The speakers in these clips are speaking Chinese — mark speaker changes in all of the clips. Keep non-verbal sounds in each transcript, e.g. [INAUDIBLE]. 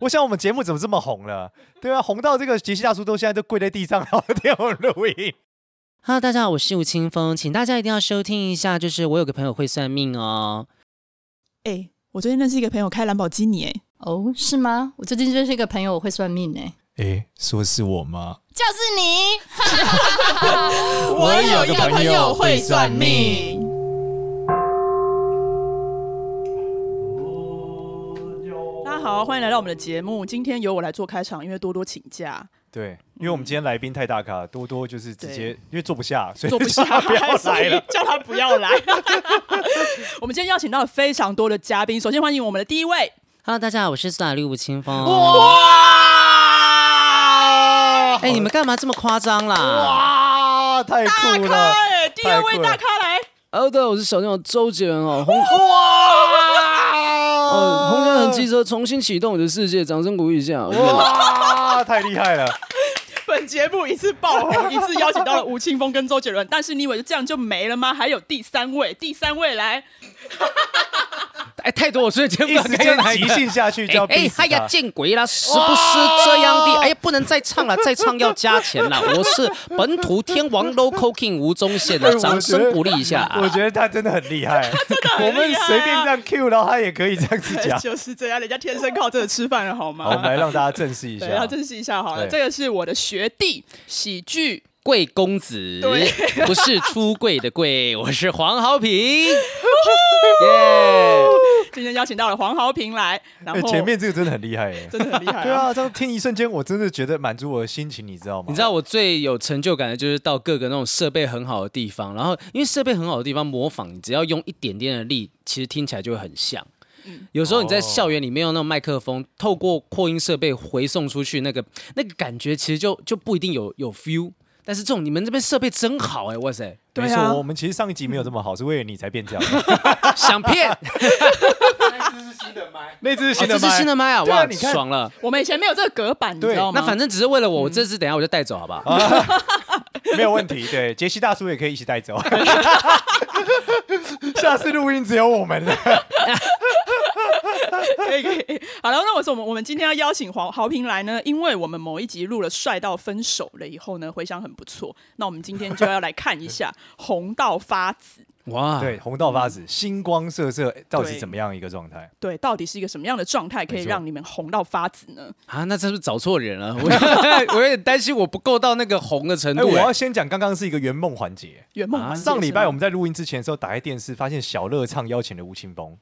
Speaker 1: 我想我们节目怎么这么红了？对啊，红到这个杰西大叔都现在都跪在地上，然后听我们录音。
Speaker 2: Hello，大家好，我是吴青峰，请大家一定要收听一下，就是我有个朋友会算命哦。
Speaker 3: 哎、我最近认识一个朋友开兰博基尼、哎，
Speaker 4: 哦，是吗？我最近认识一个朋友，我会算命哎、
Speaker 1: 哎，说是我吗？
Speaker 4: 就是你。
Speaker 1: 我有一个朋友会算命。
Speaker 3: 大家好，欢迎来到我们的节目。今天由我来做开场，因为多多请假，
Speaker 1: 对，因为我们今天来宾太大咖，多多就是直接
Speaker 3: 对
Speaker 1: 因为坐不下，所以
Speaker 3: 做不 [LAUGHS]
Speaker 1: 叫他
Speaker 3: 下，
Speaker 1: 不要
Speaker 3: 所
Speaker 1: 来
Speaker 3: 以
Speaker 1: 了。
Speaker 3: 叫他不要来。 [LAUGHS] 我们今天邀请到了非常多的嘉宾，首先欢迎我们的第一位，
Speaker 2: Hello，大家好，我是苏打绿吴青峰。
Speaker 1: 哇！
Speaker 2: 哎、你们干嘛这么夸张啦？
Speaker 1: 哇，太
Speaker 3: 大
Speaker 1: 酷
Speaker 3: 咖、
Speaker 1: 了！
Speaker 3: 哎，第二
Speaker 1: 太
Speaker 3: 位
Speaker 1: 酷了
Speaker 3: 大咖来，
Speaker 2: 哦，对，我是小妞周杰伦哦，红
Speaker 1: 哇！
Speaker 2: 车重新启动你的世界，掌声鼓励一下。
Speaker 1: 哇，太厉
Speaker 3: [LAUGHS]
Speaker 1: 害了！
Speaker 3: 本节目一次爆 [LAUGHS] 红，一次邀请到了吴青峰跟周杰伦，但是你以为就这样就没了吗？还有第三位，第三位来，。
Speaker 2: 哎，太多，我瞬间不
Speaker 1: 一
Speaker 2: 知道
Speaker 1: 时
Speaker 2: 该
Speaker 1: 间
Speaker 2: 哪一
Speaker 1: 急
Speaker 2: 个。
Speaker 1: 性下去就要逼
Speaker 2: 哎，
Speaker 1: 死
Speaker 2: 哎呀，
Speaker 1: 他。
Speaker 2: 见鬼啦！是不是这样的？哎呀，不能再唱了，再唱要加钱了。我是本土天王 Local King 吴宗宪
Speaker 1: 哎
Speaker 2: 的，
Speaker 1: 我
Speaker 2: 掌
Speaker 1: 觉得
Speaker 2: 声鼓励一下啊。
Speaker 1: 我觉 [LAUGHS] 得他真的很厉害，啊我们随便这样 Q，然后他也可以这样子讲 [LAUGHS]
Speaker 3: [LAUGHS] 就是这样，人家天生靠这个吃饭了，好吗？
Speaker 1: 好，我们来让大家正视一
Speaker 3: 对，要
Speaker 1: 下。啊
Speaker 3: 正视一下好了。
Speaker 1: 对
Speaker 3: 这个是我的学弟，喜剧。
Speaker 2: 贵公子
Speaker 3: 对，
Speaker 2: 不是出柜
Speaker 1: [LAUGHS]
Speaker 2: 的贵，我是黄豪平。耶！
Speaker 3: 今天邀请到了黄豪平来，然
Speaker 1: 哎
Speaker 3: 后
Speaker 1: 前面这个真的很厉害耶。
Speaker 3: 真的很厉害、
Speaker 1: 对啊，这样听一瞬间，我真的觉得满足我的心情，你知道吗？
Speaker 2: 你知道我最有成就感的就是到各个那种设备很好的地方，然后因为设备很好的地方模仿，你只要用一点点的力，其实听起来就会很像。
Speaker 1: 嗯
Speaker 2: 有时候你在校园里面用那种麦克风，透过扩音设备回送出去，那个那个感觉其实就就不一定有有 feel。但是这种你们这边设备真好哎、
Speaker 1: [LAUGHS]
Speaker 2: 哇塞，
Speaker 3: [LAUGHS] 对
Speaker 1: 没
Speaker 3: 啊
Speaker 1: 错，我哦们其实上一集没有这么好，是为了你才变这样。
Speaker 2: [LAUGHS]
Speaker 1: [LAUGHS]
Speaker 2: 想骗，
Speaker 1: 那只是
Speaker 2: 哦、
Speaker 1: 新的
Speaker 2: 这
Speaker 1: 麦，
Speaker 2: 是新的麦啊，
Speaker 1: 对啊
Speaker 2: 哇，
Speaker 1: 你看
Speaker 2: 爽了。
Speaker 3: 我们以前没有这个隔板，你
Speaker 1: 对
Speaker 3: 知道吗？
Speaker 2: 那反正只是为了
Speaker 1: 嗯
Speaker 2: 我，我这次等一下我就带走好不好？
Speaker 1: 啊没有问题。对，杰西大叔也可以一起带走。 [LAUGHS] 下次录音只有我们了。
Speaker 3: [LAUGHS]
Speaker 1: [LAUGHS]
Speaker 3: 可以可以。好了，那我说我们我们今天要邀请黄豪平来呢，因为我们某一集录了帅到分手了以后呢，回响很不错。那我们今天就要来看一下红到发紫，
Speaker 2: 哇，
Speaker 1: 对，红到发紫，星光射射，到底是
Speaker 3: 对
Speaker 1: 怎么样一个状态？
Speaker 3: 对，到底是一个什么样的状态可以
Speaker 1: 没错
Speaker 3: 让你们红到发紫呢？
Speaker 2: 啊，那是不是找错人了？我 [LAUGHS] 我有点担心我不够到那个红的程
Speaker 1: 哎，
Speaker 2: 度、
Speaker 1: 我
Speaker 2: 哎
Speaker 1: 要先讲，刚刚是一个圆梦环节。
Speaker 3: 圆梦环节
Speaker 1: 啊上礼拜
Speaker 2: 啊
Speaker 3: 是吗
Speaker 1: 我们在录音之前的时候，打开电视发现小乐唱邀请了吴青峰，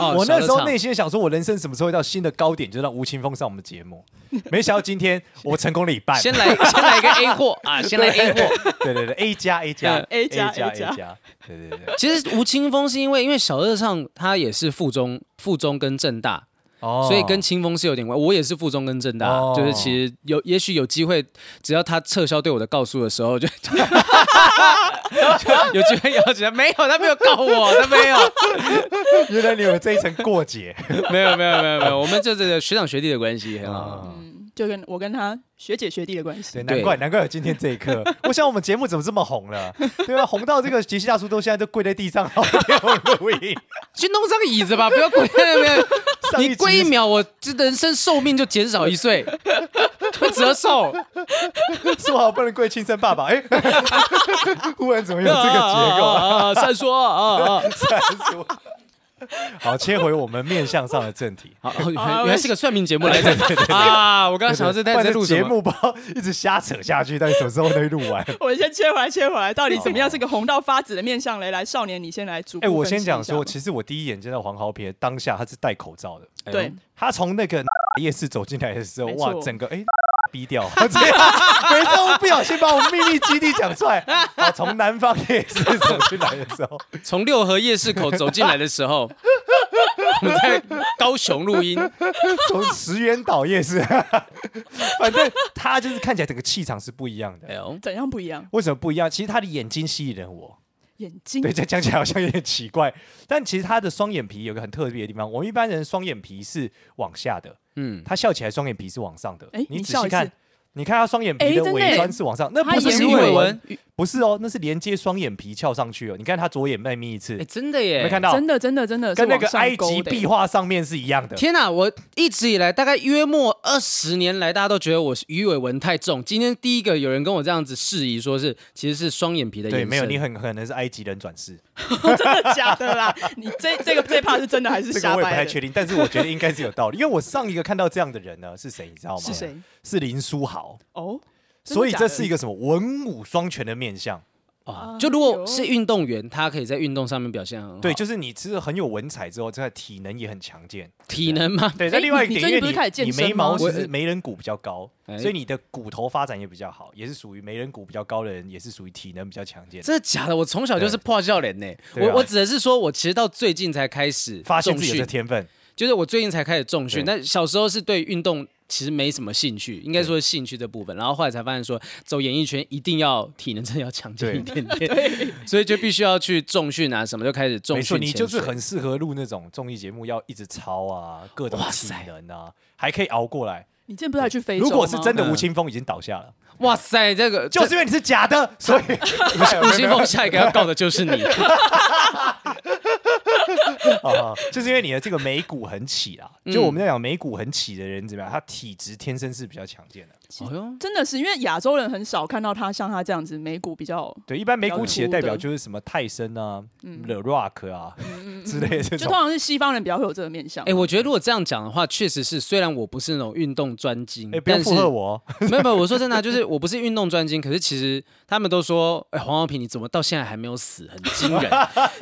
Speaker 2: 哦
Speaker 1: 我那时候
Speaker 2: 小乐唱
Speaker 1: 内心想说，我人生什么时候会到新的高点，就让吴青峰上我们的节目。 [LAUGHS] 没想到今天我成功了一半，
Speaker 2: 先来先来一个 A 货啊，先来 A 货。
Speaker 1: [LAUGHS] 对对对，A 加 A 加
Speaker 3: 嗯 A 加
Speaker 1: A
Speaker 3: A 加
Speaker 1: 加，对对对，
Speaker 2: 其实吴青峰是因为因为小乐唱他也是附中附中跟正大，
Speaker 1: 哦
Speaker 2: 所以跟清风是有点关。我也是附中跟正大，
Speaker 1: 哦
Speaker 2: 就是其实有也许有机会，只要他撤销对我的告诉的
Speaker 1: [LAUGHS]
Speaker 2: 时候，就 [LAUGHS] 有机会邀请他。没有，他没有告我，他没有，
Speaker 1: 原来你有这一层过
Speaker 2: [LAUGHS]
Speaker 1: 节
Speaker 2: 没有没有没有没有，我们就这个学长学弟的关系很好。
Speaker 1: 啊。
Speaker 3: 就跟我跟他学姐学弟的关系
Speaker 1: 对，。难怪难怪有今天这一刻。我想我们节目怎么这么红了？对啊，红到这个杰西大叔都现在都跪在地上，然后没有录音。
Speaker 2: 去弄上个椅子吧，不要跪在那边。
Speaker 1: 上一集
Speaker 2: 你跪一秒，我这人生寿命就减少一岁，会折寿。
Speaker 1: 说好不能跪亲生爸爸，哎， [LAUGHS] 忽然怎么有这个结构？
Speaker 2: 啊！三说啊啊！
Speaker 1: 再说。 [LAUGHS] 好，切回我们面向上的正题。
Speaker 2: 好，原原来是个算命节目来着啊！我刚刚 [LAUGHS] 想到这在
Speaker 1: 但
Speaker 2: 在
Speaker 1: 是
Speaker 2: 录什
Speaker 1: 节
Speaker 2: 么？
Speaker 1: 目不知道一直瞎扯下去，但什么时候能录啊完？
Speaker 2: [LAUGHS]
Speaker 3: [LAUGHS] 我们先切回来，切回来，到底怎么样是个红到发紫的面相嘞？来，少年，你先来主。
Speaker 1: 哎、我先讲说，其实哎我第一眼见到黄豪平的当下，他是戴口罩的。
Speaker 3: 对，
Speaker 2: 嗯
Speaker 1: 他从那个夜市走进来的时候，
Speaker 3: 没
Speaker 1: 哇，
Speaker 3: 错
Speaker 1: 整个
Speaker 2: [LAUGHS]
Speaker 1: 哎。逼掉， [LAUGHS] 这样，没事，我不小心把我秘密基地讲出来。好，从南方夜市走进来的时候，
Speaker 2: 从六合夜市口走进来的时候，我们在高雄录音，
Speaker 1: 从石原岛夜市， [LAUGHS] 反正他就是看起来整个气场是不一样的
Speaker 2: 哎。呦，
Speaker 3: 怎样不一样？
Speaker 1: 为什么不一样？其实他的眼睛吸引了我。
Speaker 3: 眼睛
Speaker 1: 对，这讲起来好像有点奇怪，但其实他的双眼皮有个很特别的地方，我们一般人双眼皮是往下的，
Speaker 2: 嗯，
Speaker 1: 他笑起来双眼皮是往上的。
Speaker 3: 哎
Speaker 1: 你
Speaker 3: 你
Speaker 1: 仔
Speaker 3: 笑
Speaker 1: 细
Speaker 3: 一
Speaker 1: 看
Speaker 3: 次，
Speaker 1: 你看他双眼皮
Speaker 3: 哎
Speaker 1: 的
Speaker 3: 真的
Speaker 1: 尾
Speaker 3: 耶
Speaker 1: 端是往上，那
Speaker 3: 他
Speaker 1: 不
Speaker 3: 眼
Speaker 1: 是
Speaker 3: 睛
Speaker 1: 鱼
Speaker 2: 尾
Speaker 1: 尾
Speaker 2: 纹
Speaker 1: 纹，不是哦，那是连接双眼皮翘上去哦。你看他左眼再眯一次，
Speaker 2: 哎、
Speaker 1: 有
Speaker 2: 真的
Speaker 1: 没有
Speaker 2: 耶！
Speaker 1: 看到？
Speaker 3: 真的真的真的是
Speaker 1: 跟那个
Speaker 3: 往上
Speaker 1: 埃
Speaker 3: 勾
Speaker 1: 及
Speaker 3: 的
Speaker 1: 壁画上面是一样的。
Speaker 2: 天哪、我一直以来大概约莫二十年来，大家都觉得我是鱼尾纹太重。今天第一个有人跟我这样子质疑，说是其实是双眼皮的
Speaker 1: 对，
Speaker 2: 延
Speaker 1: 没有，
Speaker 2: 伸。
Speaker 1: 你很可能是埃及人转世，
Speaker 3: [LAUGHS] 真的假的啦？你这这个这怕是真的还是
Speaker 1: 这个
Speaker 3: 瞎
Speaker 1: 我也不
Speaker 3: 掰
Speaker 1: 太
Speaker 3: 的？
Speaker 1: 确定，但是我觉得应该是有
Speaker 3: [LAUGHS]
Speaker 1: 道理，因为我上一个看到这样的人呢是谁，你知道吗？哎
Speaker 3: 是谁？
Speaker 1: 是林书豪，
Speaker 3: 哦，真的
Speaker 1: 所以
Speaker 3: 假
Speaker 1: 这
Speaker 3: 的
Speaker 1: 是一个什么文武双全的面相。
Speaker 2: 啊，就如果是运动员，他可以在运动上面表现很好。
Speaker 1: 对，就是你其实很有文采之后，这个体能也很强健。
Speaker 2: 体能吗？
Speaker 1: 对，在
Speaker 3: 哎
Speaker 1: 另外一
Speaker 3: 你
Speaker 1: 点，
Speaker 3: 你最
Speaker 1: 因
Speaker 3: 近
Speaker 1: 为
Speaker 3: 不是开始
Speaker 1: 你
Speaker 3: 健
Speaker 1: 你
Speaker 3: 身
Speaker 1: 眉毛
Speaker 3: 吗
Speaker 1: 其
Speaker 2: 我
Speaker 1: 实眉人骨比较高，
Speaker 2: 哎
Speaker 1: 所以你的骨头发展也比较好，也是属于眉人骨比较高的人，也是属于体能比较强健的。
Speaker 2: 真的假的？我从小就是破笑脸呢。
Speaker 1: 对啊
Speaker 2: 我我指的是说，我其实到最近才开始
Speaker 1: 发现
Speaker 2: 重
Speaker 1: 自己有
Speaker 2: 训
Speaker 1: 这，天分，
Speaker 2: 就是我最近才开始重
Speaker 1: 对
Speaker 2: 训。但小时候是对运动其实没什么兴趣，应该说是兴趣这部分。然后后来才发现说，走演艺圈一定要体能真的要强健一点点， [LAUGHS] 所以就必须要去重训啊什么，就开始重
Speaker 1: 没 [LAUGHS] 错，
Speaker 2: 训。
Speaker 1: 你就是。很适合录那种综艺节目，要一直抄啊，各种
Speaker 2: 哇
Speaker 1: 体
Speaker 2: 塞
Speaker 1: 能啊，还可以熬过来。
Speaker 3: 你之前不是还去非洲
Speaker 1: 如
Speaker 3: 吗？
Speaker 1: 果是真的，
Speaker 2: 嗯
Speaker 1: 吴青峰已经倒下了，
Speaker 2: 哇塞，这个
Speaker 1: 就是因为你是假的， [LAUGHS] 所以
Speaker 2: [LAUGHS] 吴青峰下一个要告的就是
Speaker 1: [LAUGHS]
Speaker 2: 你。
Speaker 1: 啊，就是因为你的这个眉骨很起啊。就我们在讲眉骨很起的人怎么样，他体质天生是比较强健的。
Speaker 2: 哎呦
Speaker 3: 真的是因为亚洲人很少看到他像他这样子眉骨比较，
Speaker 1: 对，一般眉骨起的代
Speaker 3: 比较
Speaker 1: 表
Speaker 3: 粗的
Speaker 1: 就
Speaker 3: 嗯
Speaker 1: 是什么泰森啊、The Rock 啊之类的这
Speaker 3: 就
Speaker 1: 种
Speaker 3: 通。常是西方人比较会有这个面相。
Speaker 2: 哎、我觉得如果这样讲的话，确实是，虽然我不是那种运动专精，
Speaker 1: 哎，不要
Speaker 2: 但是
Speaker 1: 附和我哦，
Speaker 2: [LAUGHS] 没有没有，我说真的啊、就是我不是运动专精，可是其实他们都说，哎、黄浩平你怎么到现在还没有死，很惊人。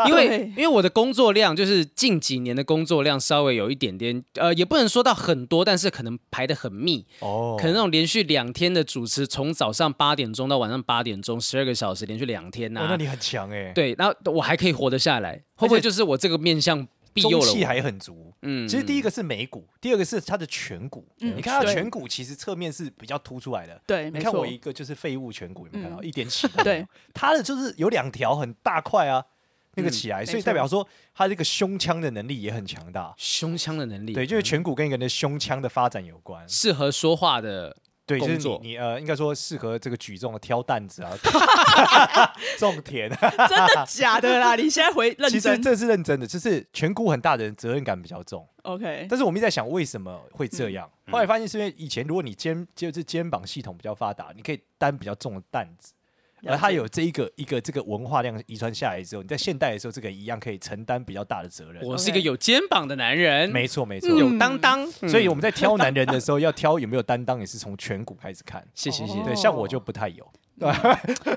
Speaker 2: 因为
Speaker 3: 对
Speaker 2: 因为我的工作量就是近几年的工作量稍微有一点点，呃，也不能说到很多，但是可能排的很密，
Speaker 1: 哦
Speaker 2: 可能那种连续两天的主持，从早上八点钟到晚上八点钟，十二个小时连续两天呐、啊
Speaker 1: 哦那你很强哎，，
Speaker 2: 对，然后我还可以活得下来，会不会就是我这个面相庇佑
Speaker 1: 中
Speaker 2: 了
Speaker 1: 气
Speaker 2: 我？
Speaker 1: 还很足。
Speaker 2: 嗯
Speaker 1: 其实第一个是眉骨，第二个是它的颧骨。
Speaker 3: 嗯
Speaker 1: 你看它
Speaker 3: 对
Speaker 1: 颧骨其实侧面是比较凸出来的。
Speaker 3: 对，没
Speaker 1: 你看
Speaker 3: 错
Speaker 1: 我，一个就是废物颧骨，有没有看到
Speaker 3: 嗯
Speaker 1: 一点起来？[LAUGHS]
Speaker 3: [LAUGHS] 对，
Speaker 1: 他的就是有两条很大块啊，那个起来，
Speaker 3: 嗯没
Speaker 1: 所以
Speaker 3: 错
Speaker 1: 代表说他这个胸腔的能力也很强大。
Speaker 2: 胸腔的能力，嗯
Speaker 1: 对，就是
Speaker 3: 嗯
Speaker 1: 颧骨跟一个人的胸腔的发展有关。
Speaker 2: 适合说话的
Speaker 1: 对，就
Speaker 2: 工
Speaker 1: 是
Speaker 2: 作
Speaker 1: 你你呃，应该说适合这个举重的挑担子
Speaker 3: [LAUGHS]
Speaker 1: 啊，种田。啊
Speaker 3: 真的假的
Speaker 1: [LAUGHS]
Speaker 3: 啦？你现在回认
Speaker 1: 其实
Speaker 3: 真
Speaker 1: 这是认真的，就是颧骨很大的人责任感比较重。
Speaker 3: ，OK，
Speaker 1: 但是我们一直在想为什么会这样，
Speaker 3: 嗯
Speaker 1: 后来发现是因为以前如果你肩就是肩膀系统比较发达，你可以担比较重的担子。
Speaker 3: 了
Speaker 1: 而他
Speaker 3: 解
Speaker 1: 有 [LAUGHS] 这一个一个这个文化量遗传下来之后，你在现代的时候，这个一样可以承担比较大的责任。
Speaker 2: 我是一个有肩膀的男人，
Speaker 1: 没错没错，
Speaker 2: 有担当，
Speaker 1: 所以我们在挑男人的时候，要挑有没有担当，也是从颧骨开始看。
Speaker 2: 谢谢谢谢。
Speaker 1: 对，像我就不太有，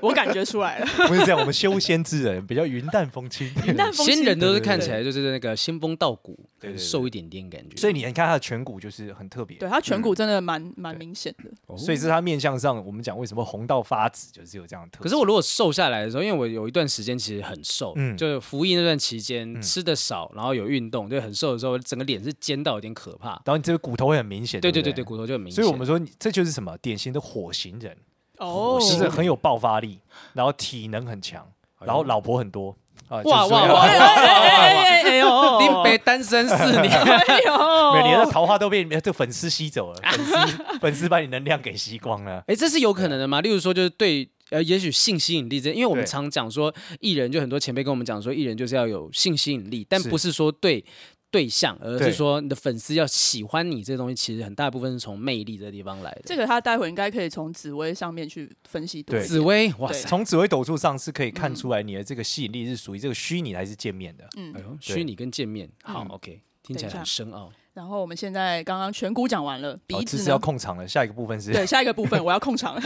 Speaker 3: 我感觉出来了，
Speaker 1: 不是这样，我们修仙之人比较云淡风轻。
Speaker 3: 但风
Speaker 2: 仙
Speaker 3: 轻
Speaker 2: 人都
Speaker 1: 对
Speaker 2: 是看起来就是那个仙风道骨，
Speaker 1: 对对对
Speaker 2: 瘦一点点感觉。
Speaker 1: 所以你看他的颧骨就是很特别，
Speaker 3: 对他颧骨真的蛮蛮明显的，
Speaker 1: 所以是他面相上，我们讲为什么红到发紫，就是有这样的特质。
Speaker 2: 可是我如果瘦下来的时候，因为我有一段时间其实很瘦，
Speaker 1: 嗯
Speaker 2: 就是服役那段期间吃的少，然后有运动，就很瘦的时候，整个脸是尖到有点可怕。
Speaker 1: 然后你这个骨头会很明显，
Speaker 2: 对
Speaker 1: 对
Speaker 2: 对
Speaker 1: 不
Speaker 2: 对对，骨头就很明显。
Speaker 1: 所以我们说你这就是什么典型的火型人，
Speaker 3: 哦，
Speaker 1: 就是很有爆发力，然后体能很强，然后老婆很多啊。
Speaker 2: 哇
Speaker 1: 就是说
Speaker 2: 哇
Speaker 1: 要 [LAUGHS]
Speaker 2: 哇
Speaker 3: 哎哎哎哎哎哎呦，
Speaker 2: 林北单身四年，
Speaker 3: 哎呦，
Speaker 1: 没有，你的桃花都被你呃的这粉丝吸走
Speaker 3: [LAUGHS]
Speaker 1: 了，粉丝粉丝把你能量给吸光了。
Speaker 2: 哎，这是有可能的吗？例如说，就是对。呃，也许性吸引力这，因为我们
Speaker 1: 对
Speaker 2: 常讲说，艺人就很多前辈跟我们讲说，艺人就是要有性吸引力，但
Speaker 1: 是
Speaker 2: 不是说对对象，而
Speaker 1: 对
Speaker 2: 是说你的粉丝要喜欢你这东西，其实很大部分是从魅力这地方来的。
Speaker 3: 这个他待会应该可以从紫薇上面去分析多一
Speaker 1: 对
Speaker 3: 点
Speaker 2: 紫薇，哇塞，
Speaker 1: 从紫微斗数上是可以看出来你的这个吸引力是属于这个虚拟还是见面的。
Speaker 2: 哎呦，虚拟跟见面，好，OK，听起来
Speaker 3: 嗯等一
Speaker 2: 很
Speaker 3: 下
Speaker 2: 深奥。
Speaker 3: 然后我们现在刚刚颧骨讲完了，
Speaker 1: 哦
Speaker 3: 鼻
Speaker 1: 这
Speaker 3: 子
Speaker 1: 是要
Speaker 3: 呢？
Speaker 1: 控场了，下一个部分是， [LAUGHS]
Speaker 3: 对，下一个部分我要控场了。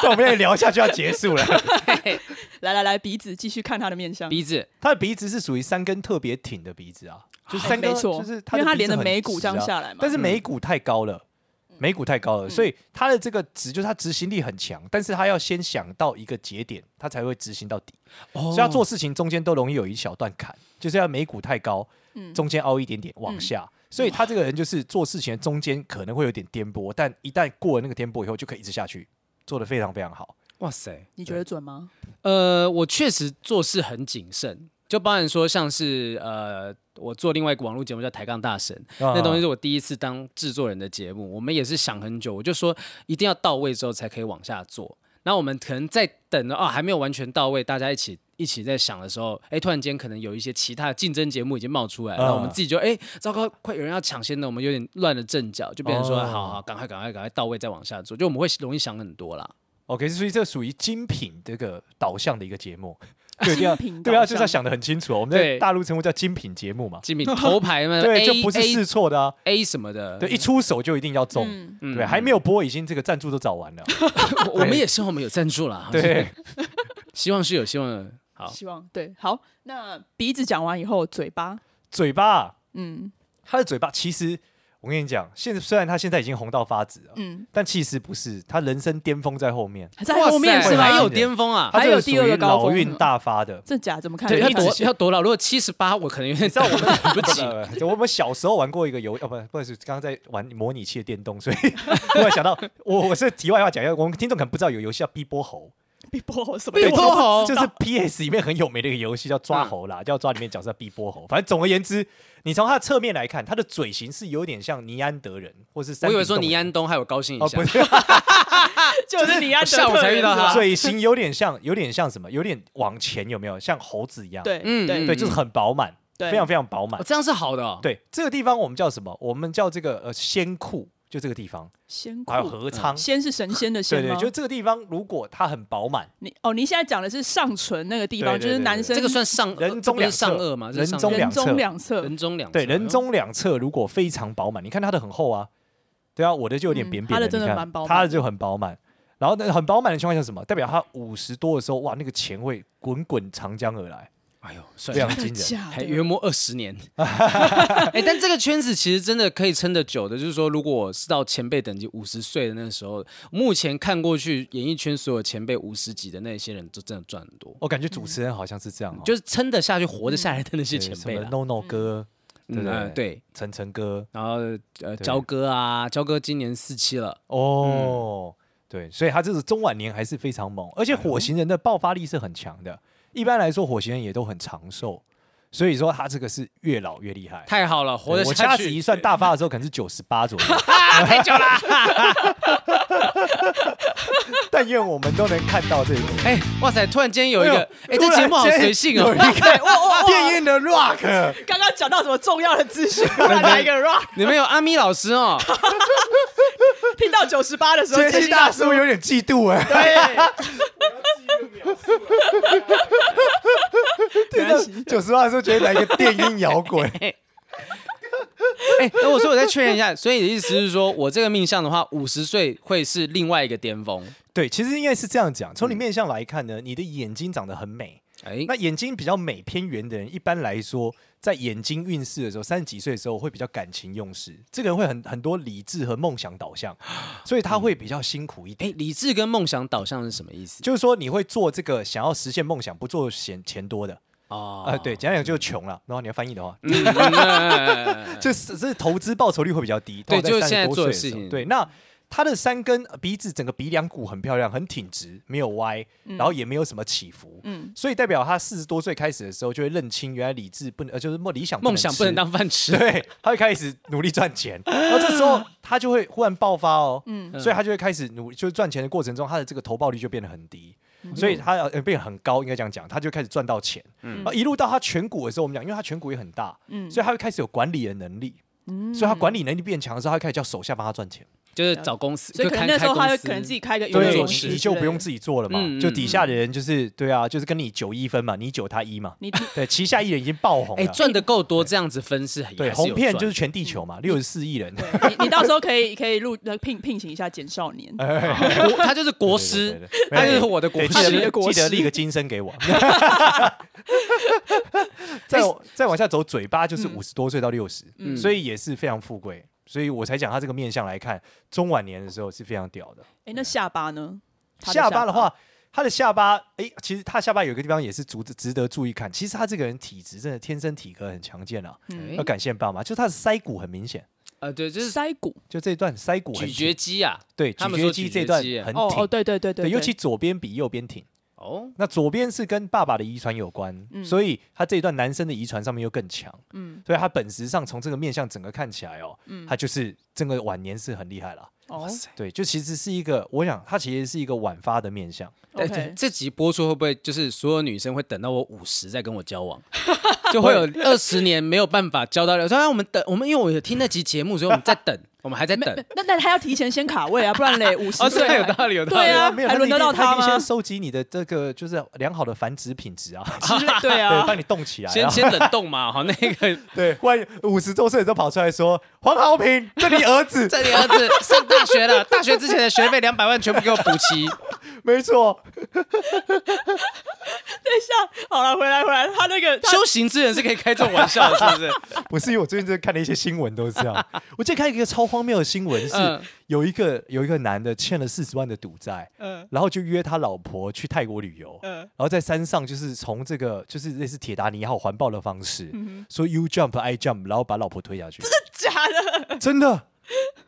Speaker 1: 但我们也聊下去要结束
Speaker 3: [LAUGHS]
Speaker 1: 了。
Speaker 3: 来来来，鼻子继续看他的面相。
Speaker 2: 鼻子，
Speaker 1: 他的鼻子是属于三根特别挺的鼻子啊，就是三根，
Speaker 3: 哎没错
Speaker 1: 就是
Speaker 3: 因为
Speaker 1: 他
Speaker 3: 它连着眉骨这样下来嘛嗯
Speaker 1: 但是眉骨太高了，眉骨太高了，所以他的这个值就是他执行力很强，但是他要先想到一个节点，他才会执行到底，
Speaker 2: 所
Speaker 1: 所以他做事情中间都容易有一小段坎，就是要眉骨太高，
Speaker 3: 嗯
Speaker 1: 中间凹一点点往下。所以他这个人就是做事情的中间可能会有点颠簸，但一旦过了那个颠簸以后，就可以一直下去，做的非常非常好。
Speaker 2: 哇塞，
Speaker 3: 你觉得准吗？
Speaker 2: 呃，我确实做事很谨慎，就包含说像是呃，我做另外一个网络节目叫《抬杠大神》，
Speaker 1: 啊
Speaker 2: 那东西是我第一次当制作人的节目，我们也是想很久，我就说一定要到位之后才可以往下做。那我们可能在等啊、还没有完全到位，大家一起一起在想的时候，哎，突然间可能有一些其他的竞争节目已经冒出来，
Speaker 1: 嗯
Speaker 2: 然后我们自己就哎，糟糕，快有人要抢先的，我们有点乱了阵脚，就变成说，
Speaker 1: 哦
Speaker 2: 好好，赶快赶快赶快到位再往下做，就我们会容易想很多啦。
Speaker 1: OK，所以这属于精品这个导向的一个节
Speaker 2: [LAUGHS]
Speaker 1: 目，对，一定要
Speaker 3: 精品
Speaker 1: 对啊，
Speaker 3: 导
Speaker 1: 就是要
Speaker 3: 向
Speaker 1: 想得很清楚哦。我们在
Speaker 2: 对
Speaker 1: 大陆称呼叫精品节目嘛，[LAUGHS]
Speaker 2: 吉米头牌嘛，
Speaker 1: 对，
Speaker 2: A
Speaker 1: 就不是
Speaker 2: A
Speaker 1: 试错的啊，
Speaker 2: A 什么的，
Speaker 1: 对，一出手就一定要中，
Speaker 3: 嗯，
Speaker 2: 嗯
Speaker 1: 对，还没有播，已经这个赞助都找 [LAUGHS] 完了，
Speaker 2: 我我们也是我们有赞助啦，
Speaker 1: 对，
Speaker 2: [LAUGHS] 希望是有希望的。好，
Speaker 3: 希望对好。那鼻子讲完以后，嘴巴，
Speaker 1: 嘴巴啊，
Speaker 3: 嗯
Speaker 1: 他的嘴巴其实。我跟你讲，现在虽然他现在已经红到发紫了，
Speaker 3: 嗯，
Speaker 1: 但其实不是，他人生巅峰在后面，
Speaker 3: 在后面
Speaker 2: 哇塞
Speaker 3: 是
Speaker 2: 还
Speaker 3: 吧？
Speaker 2: 有巅峰啊！
Speaker 1: 他这
Speaker 3: 还有
Speaker 1: 属
Speaker 3: 第二
Speaker 1: 于
Speaker 3: 个高
Speaker 1: 老
Speaker 3: 峰
Speaker 1: 运大发的。
Speaker 3: 这假怎么看？
Speaker 2: 对，要
Speaker 1: 一直
Speaker 2: 多要多老？如果七十八，我可能有点
Speaker 1: 你知道
Speaker 2: [LAUGHS]
Speaker 1: 我们
Speaker 2: 不
Speaker 1: [LAUGHS]
Speaker 2: 起
Speaker 1: 不呃不不我们小时候玩过一个游，哦不，不是刚刚在玩模拟器的电动，所以 [LAUGHS] 突然想到，我我是题外话讲一下，我们听众可能不知道有游戏叫逼波猴，
Speaker 3: 比波什么
Speaker 1: 对
Speaker 3: 意
Speaker 2: 逼
Speaker 3: 思？
Speaker 2: 波猴嗯
Speaker 1: 就是就是 PS 里面很有名的一个游戏叫抓猴啦，叫抓里面角色逼波猴。反正总而言之，你从他的侧面来看，他的嘴型是有点像尼安德人，或是山
Speaker 2: 我以为
Speaker 1: 顶
Speaker 2: 说
Speaker 1: 洞
Speaker 2: 尼
Speaker 1: 人
Speaker 2: 安东害我高兴一
Speaker 1: 哦
Speaker 2: 下
Speaker 1: 不，是，
Speaker 3: 就是你要
Speaker 2: 下午才遇到他
Speaker 1: [LAUGHS] 嘴型有点像，有点像什么，有点往前有没有像猴子一样？
Speaker 3: 对
Speaker 2: 嗯
Speaker 3: 对
Speaker 2: 嗯
Speaker 1: 对，就是很饱满，
Speaker 3: 对
Speaker 1: 非常非常饱满
Speaker 2: 哦。 [LAUGHS] 这样是好的哦。
Speaker 1: 对，这个地方我们叫什么？我们叫这个呃仙库，就这个地方，
Speaker 3: 仙
Speaker 1: 还有
Speaker 3: 库，
Speaker 1: 河仓。
Speaker 3: 仙是神仙的
Speaker 1: 对
Speaker 3: 仙
Speaker 1: 对，
Speaker 3: 吗？
Speaker 1: 就这个地方，如果它很饱满，
Speaker 3: 你哦，你现在讲的是上唇那个地
Speaker 1: 对
Speaker 3: 方，
Speaker 1: 对
Speaker 3: 就
Speaker 1: 对
Speaker 3: 是
Speaker 1: 对
Speaker 3: 男生
Speaker 2: 这个算上呃
Speaker 1: 人中
Speaker 2: 这
Speaker 1: 两
Speaker 2: 不是上
Speaker 1: 侧
Speaker 2: 颚嘛，
Speaker 1: 人
Speaker 2: 这是上
Speaker 1: 中
Speaker 2: 颚
Speaker 1: 两
Speaker 3: 人
Speaker 1: 侧
Speaker 3: 中两侧，
Speaker 2: 人中两侧
Speaker 1: 对，人中两侧如果非常饱满，你看它的很厚啊，对啊，我的就有点
Speaker 3: 嗯
Speaker 1: 扁
Speaker 3: 它
Speaker 1: 扁
Speaker 3: 的
Speaker 1: 你
Speaker 3: 真的
Speaker 1: 看
Speaker 3: 蛮饱
Speaker 1: 它的
Speaker 3: 满
Speaker 1: 就很饱满。然后呢，很饱满的情况下是什么？代表它五十多的时候，哇，那个钱会滚滚长江而来，
Speaker 2: 哎呦，算
Speaker 1: 非常
Speaker 2: 了。
Speaker 1: 惊人。
Speaker 3: 假
Speaker 2: 还
Speaker 3: 的？
Speaker 2: 约莫二十
Speaker 1: [LAUGHS]
Speaker 2: 年，哎、但这个圈子其实真的可以撑得久的。就是说，如果我是到前辈等级五十岁的那时候，目前看过去演艺圈所有前辈五十几的那些人，都真的赚很多，
Speaker 1: 我感觉主持人好像是这样哦，
Speaker 2: 嗯就是撑得下去、活得下来的那些
Speaker 1: 对
Speaker 2: 前
Speaker 1: 什
Speaker 2: 辈
Speaker 1: 么
Speaker 2: 啦。
Speaker 1: No No 哥、对不
Speaker 2: 嗯
Speaker 1: 对
Speaker 2: 呃对，
Speaker 1: 晨晨哥，
Speaker 2: 然后呃，焦哥啊，焦哥今年四期了，
Speaker 1: 哦，对，所以他这是中晚年还是非常猛，而且火星人的爆发力是很强的。一般来说，火星人也都很长寿，所以说他这个是越老越厉害。
Speaker 2: 太好了，活得
Speaker 1: 哎对我掐
Speaker 2: 下
Speaker 1: 指
Speaker 2: 去。
Speaker 1: 一算，大发的时候可能是九十八左右，
Speaker 2: [LAUGHS] 啊，太久了。
Speaker 1: [LAUGHS] 但愿我们都能看到这一幕。
Speaker 2: 哎、哇塞，突然间有一个，哎、这
Speaker 1: 突然
Speaker 2: 节目好
Speaker 1: 间
Speaker 2: 随性哦
Speaker 1: 有一。
Speaker 2: [LAUGHS]
Speaker 1: 个电音的 rock，
Speaker 3: 刚刚讲到什么重要的
Speaker 1: [LAUGHS]
Speaker 3: 资讯？突然来一个 rock，
Speaker 2: 你们有阿咪老师哦，
Speaker 3: 听到九十八的时候，
Speaker 1: 杰西
Speaker 2: 啊
Speaker 1: 大叔有点嫉妒哎。 [LAUGHS]
Speaker 3: 对，
Speaker 1: 对
Speaker 3: 没关系
Speaker 1: 九十八的时候觉得来一个电音摇滚，
Speaker 2: [LAUGHS] 哎、那我说我再确认一下，所以你的意思是说我这个命相的话，五十岁会是另外一个巅峰？
Speaker 1: 对，其实应该是这样讲。从
Speaker 2: 嗯
Speaker 1: 你面相来看呢，你的眼睛长得很美，
Speaker 2: 哎、
Speaker 1: 那眼睛比较美偏圆的人，一般来说，在眼睛运势的时候，三十几岁的时候会比较感情用事，这个人会很很多理智和梦想导向，所以他会比较辛苦一点。
Speaker 2: 哎、理智跟梦想导向是什么意思？
Speaker 1: 就是说，你会做这个想要实现梦想，不做嫌钱多的，
Speaker 2: 哦，
Speaker 1: 呃，对，简单讲就是穷了。然后你要翻译的话，
Speaker 2: 嗯，嗯嗯嗯
Speaker 1: 就是是投资报酬率会比较低。到我
Speaker 2: 对就是现在
Speaker 1: 30多
Speaker 2: 做的
Speaker 1: 岁
Speaker 2: 事
Speaker 1: 时候
Speaker 2: 情
Speaker 1: 对，那他的三根鼻子整个鼻梁骨很漂亮，很挺直，没有歪，然后也没有什么起伏。
Speaker 3: 嗯，
Speaker 1: 所以代表他四十多岁开始的时候，就会认清原来理智不能，呃，就是梦理想
Speaker 2: 梦想不能
Speaker 1: 吃
Speaker 2: 当饭吃。
Speaker 1: 对，他会开始努力赚
Speaker 2: [LAUGHS]
Speaker 1: 钱，然后这时候他就会忽然爆发哦，
Speaker 3: 嗯
Speaker 1: 所以他就会开始努，就是赚钱的过程中，他的这个投报率就变得很低，
Speaker 2: 嗯
Speaker 1: 所以他呃变得很高，应该这样讲，他就开始赚到钱，嗯，一路到他颧骨的时候，我们讲，因为他颧骨也很大，
Speaker 3: 嗯
Speaker 1: 所以他会开始有管理的能力，
Speaker 2: 嗯
Speaker 1: 所以他管理能力变强的时候，他会开始叫手下帮他赚钱，
Speaker 2: 就是找公司，
Speaker 3: 所以
Speaker 2: 就
Speaker 3: 可能
Speaker 2: 开
Speaker 3: 那时候
Speaker 2: 开
Speaker 3: 他
Speaker 2: 公
Speaker 3: 会
Speaker 2: 司
Speaker 3: 可能自己开个
Speaker 2: 对
Speaker 3: 游泳
Speaker 2: 你
Speaker 3: 池，
Speaker 1: 你就不用自
Speaker 3: 己，
Speaker 1: 己做了嘛，
Speaker 2: 嗯嗯
Speaker 1: 就底下的人就是对啊，就是跟你九一分嘛，你九他一嘛，
Speaker 3: 你
Speaker 1: 对，旗下艺人已经爆红
Speaker 2: 哎、
Speaker 1: 了，
Speaker 2: 赚的够多，这样子分是嗯很
Speaker 1: 对，红片就是全地球嘛，六十四亿人。
Speaker 3: 对你你到时候可以可以录呃聘聘请一下简少年，
Speaker 1: 哎 [LAUGHS]
Speaker 2: 国，他 [LAUGHS] 就是国师，他就是我的国
Speaker 1: 对，记
Speaker 2: 师，
Speaker 1: 得记得立个金身给
Speaker 2: [LAUGHS]
Speaker 1: 我。再
Speaker 2: [LAUGHS]
Speaker 1: 往再往下走，嘴巴就是五十多岁到六十、
Speaker 2: 嗯
Speaker 1: 所以也是非常富贵，所以我才讲他这个面相来看，中晚年的时候是非常屌的。
Speaker 3: 哎，那下巴呢？他
Speaker 1: 下巴的，话，他的下巴，哎、其实他下巴有个地方也是值值得注意看。其实他这个人体质真的天生体格很强健啊，
Speaker 3: 嗯
Speaker 2: 哎
Speaker 1: 要感谢爸妈，就他的腮骨很明显，
Speaker 2: 呃，对，就是
Speaker 3: 腮骨，
Speaker 1: 就这段腮骨很
Speaker 2: 咀嚼
Speaker 1: 挺
Speaker 2: 肌啊，
Speaker 1: 对
Speaker 2: 他
Speaker 1: 咀
Speaker 2: 们说
Speaker 1: 嚼肌
Speaker 2: 咀
Speaker 1: 这
Speaker 2: 嚼
Speaker 1: 段
Speaker 2: 肌哎
Speaker 1: 很
Speaker 3: 哦
Speaker 1: 挺
Speaker 3: 哦，，对对对对，
Speaker 1: 对，尤其左边比右边挺。
Speaker 2: 哦，
Speaker 1: 那左边是跟爸爸的遗传有关，
Speaker 3: 嗯
Speaker 1: 所以他这一段男生的遗传上面又更强，
Speaker 3: 嗯
Speaker 1: 所以他本质上从这个面相整个看起来哦，
Speaker 3: 嗯
Speaker 1: 他就是整个晚年是很厉害了。
Speaker 3: 哦
Speaker 1: 对，就其实是一个，我想它其实是一个晚发的面相。
Speaker 2: 但
Speaker 3: ，OK，
Speaker 2: 这集播出会不会就是所有女生会等到我五十再跟我 [LAUGHS] 交往，就会有二十年没有办法交到？说啊，我们等我们，因为我有听那集节目，所以我们在等，我们还在等。
Speaker 3: [LAUGHS] 那那他要提前先卡位啊，不
Speaker 2: [LAUGHS]
Speaker 3: 然嘞，五十
Speaker 2: 哦，
Speaker 3: 岁
Speaker 2: 这个有
Speaker 3: 还
Speaker 2: 道理，有道
Speaker 3: 对
Speaker 2: 理。
Speaker 3: 啊
Speaker 1: 没有，
Speaker 3: [LAUGHS] 还轮得
Speaker 1: 一定
Speaker 3: 到他
Speaker 1: 一定
Speaker 3: 吗
Speaker 1: 先收集你的这个就是良好的繁殖品质啊，
Speaker 3: 之类对
Speaker 1: [LAUGHS] 对，
Speaker 3: [LAUGHS] 啊，
Speaker 1: 帮你冻起来。
Speaker 2: 先
Speaker 1: 然后
Speaker 2: 先冷冻嘛，好，那个
Speaker 1: 对，万一五十周岁的时候跑出来说黄豪平，这你儿子，
Speaker 2: [LAUGHS]
Speaker 3: [LAUGHS]
Speaker 2: 这里儿子上大学了，大学之前的学费两百万全部给我补齐。
Speaker 1: 没错，
Speaker 3: 等一下，好了，回来回来，他
Speaker 1: [LAUGHS]
Speaker 3: 那个他
Speaker 2: [LAUGHS] 修行之人是可以开这种玩笑的，是不是？
Speaker 1: 不是因为我最近在看了一些新闻都是
Speaker 3: [LAUGHS]
Speaker 1: 这样。我最近看一个超荒谬的新闻是
Speaker 2: 嗯，
Speaker 1: 有一个有一个男的欠了四十万的赌债，
Speaker 3: 嗯
Speaker 1: 然后就约他老婆去泰国旅游，
Speaker 3: 嗯
Speaker 1: 然后在山上就是从这个就是类似铁达尼号环抱的方式，说 you jump I jump，然后把老婆推下去，
Speaker 3: 假嗯
Speaker 1: [LAUGHS]
Speaker 3: 的，
Speaker 1: 真的。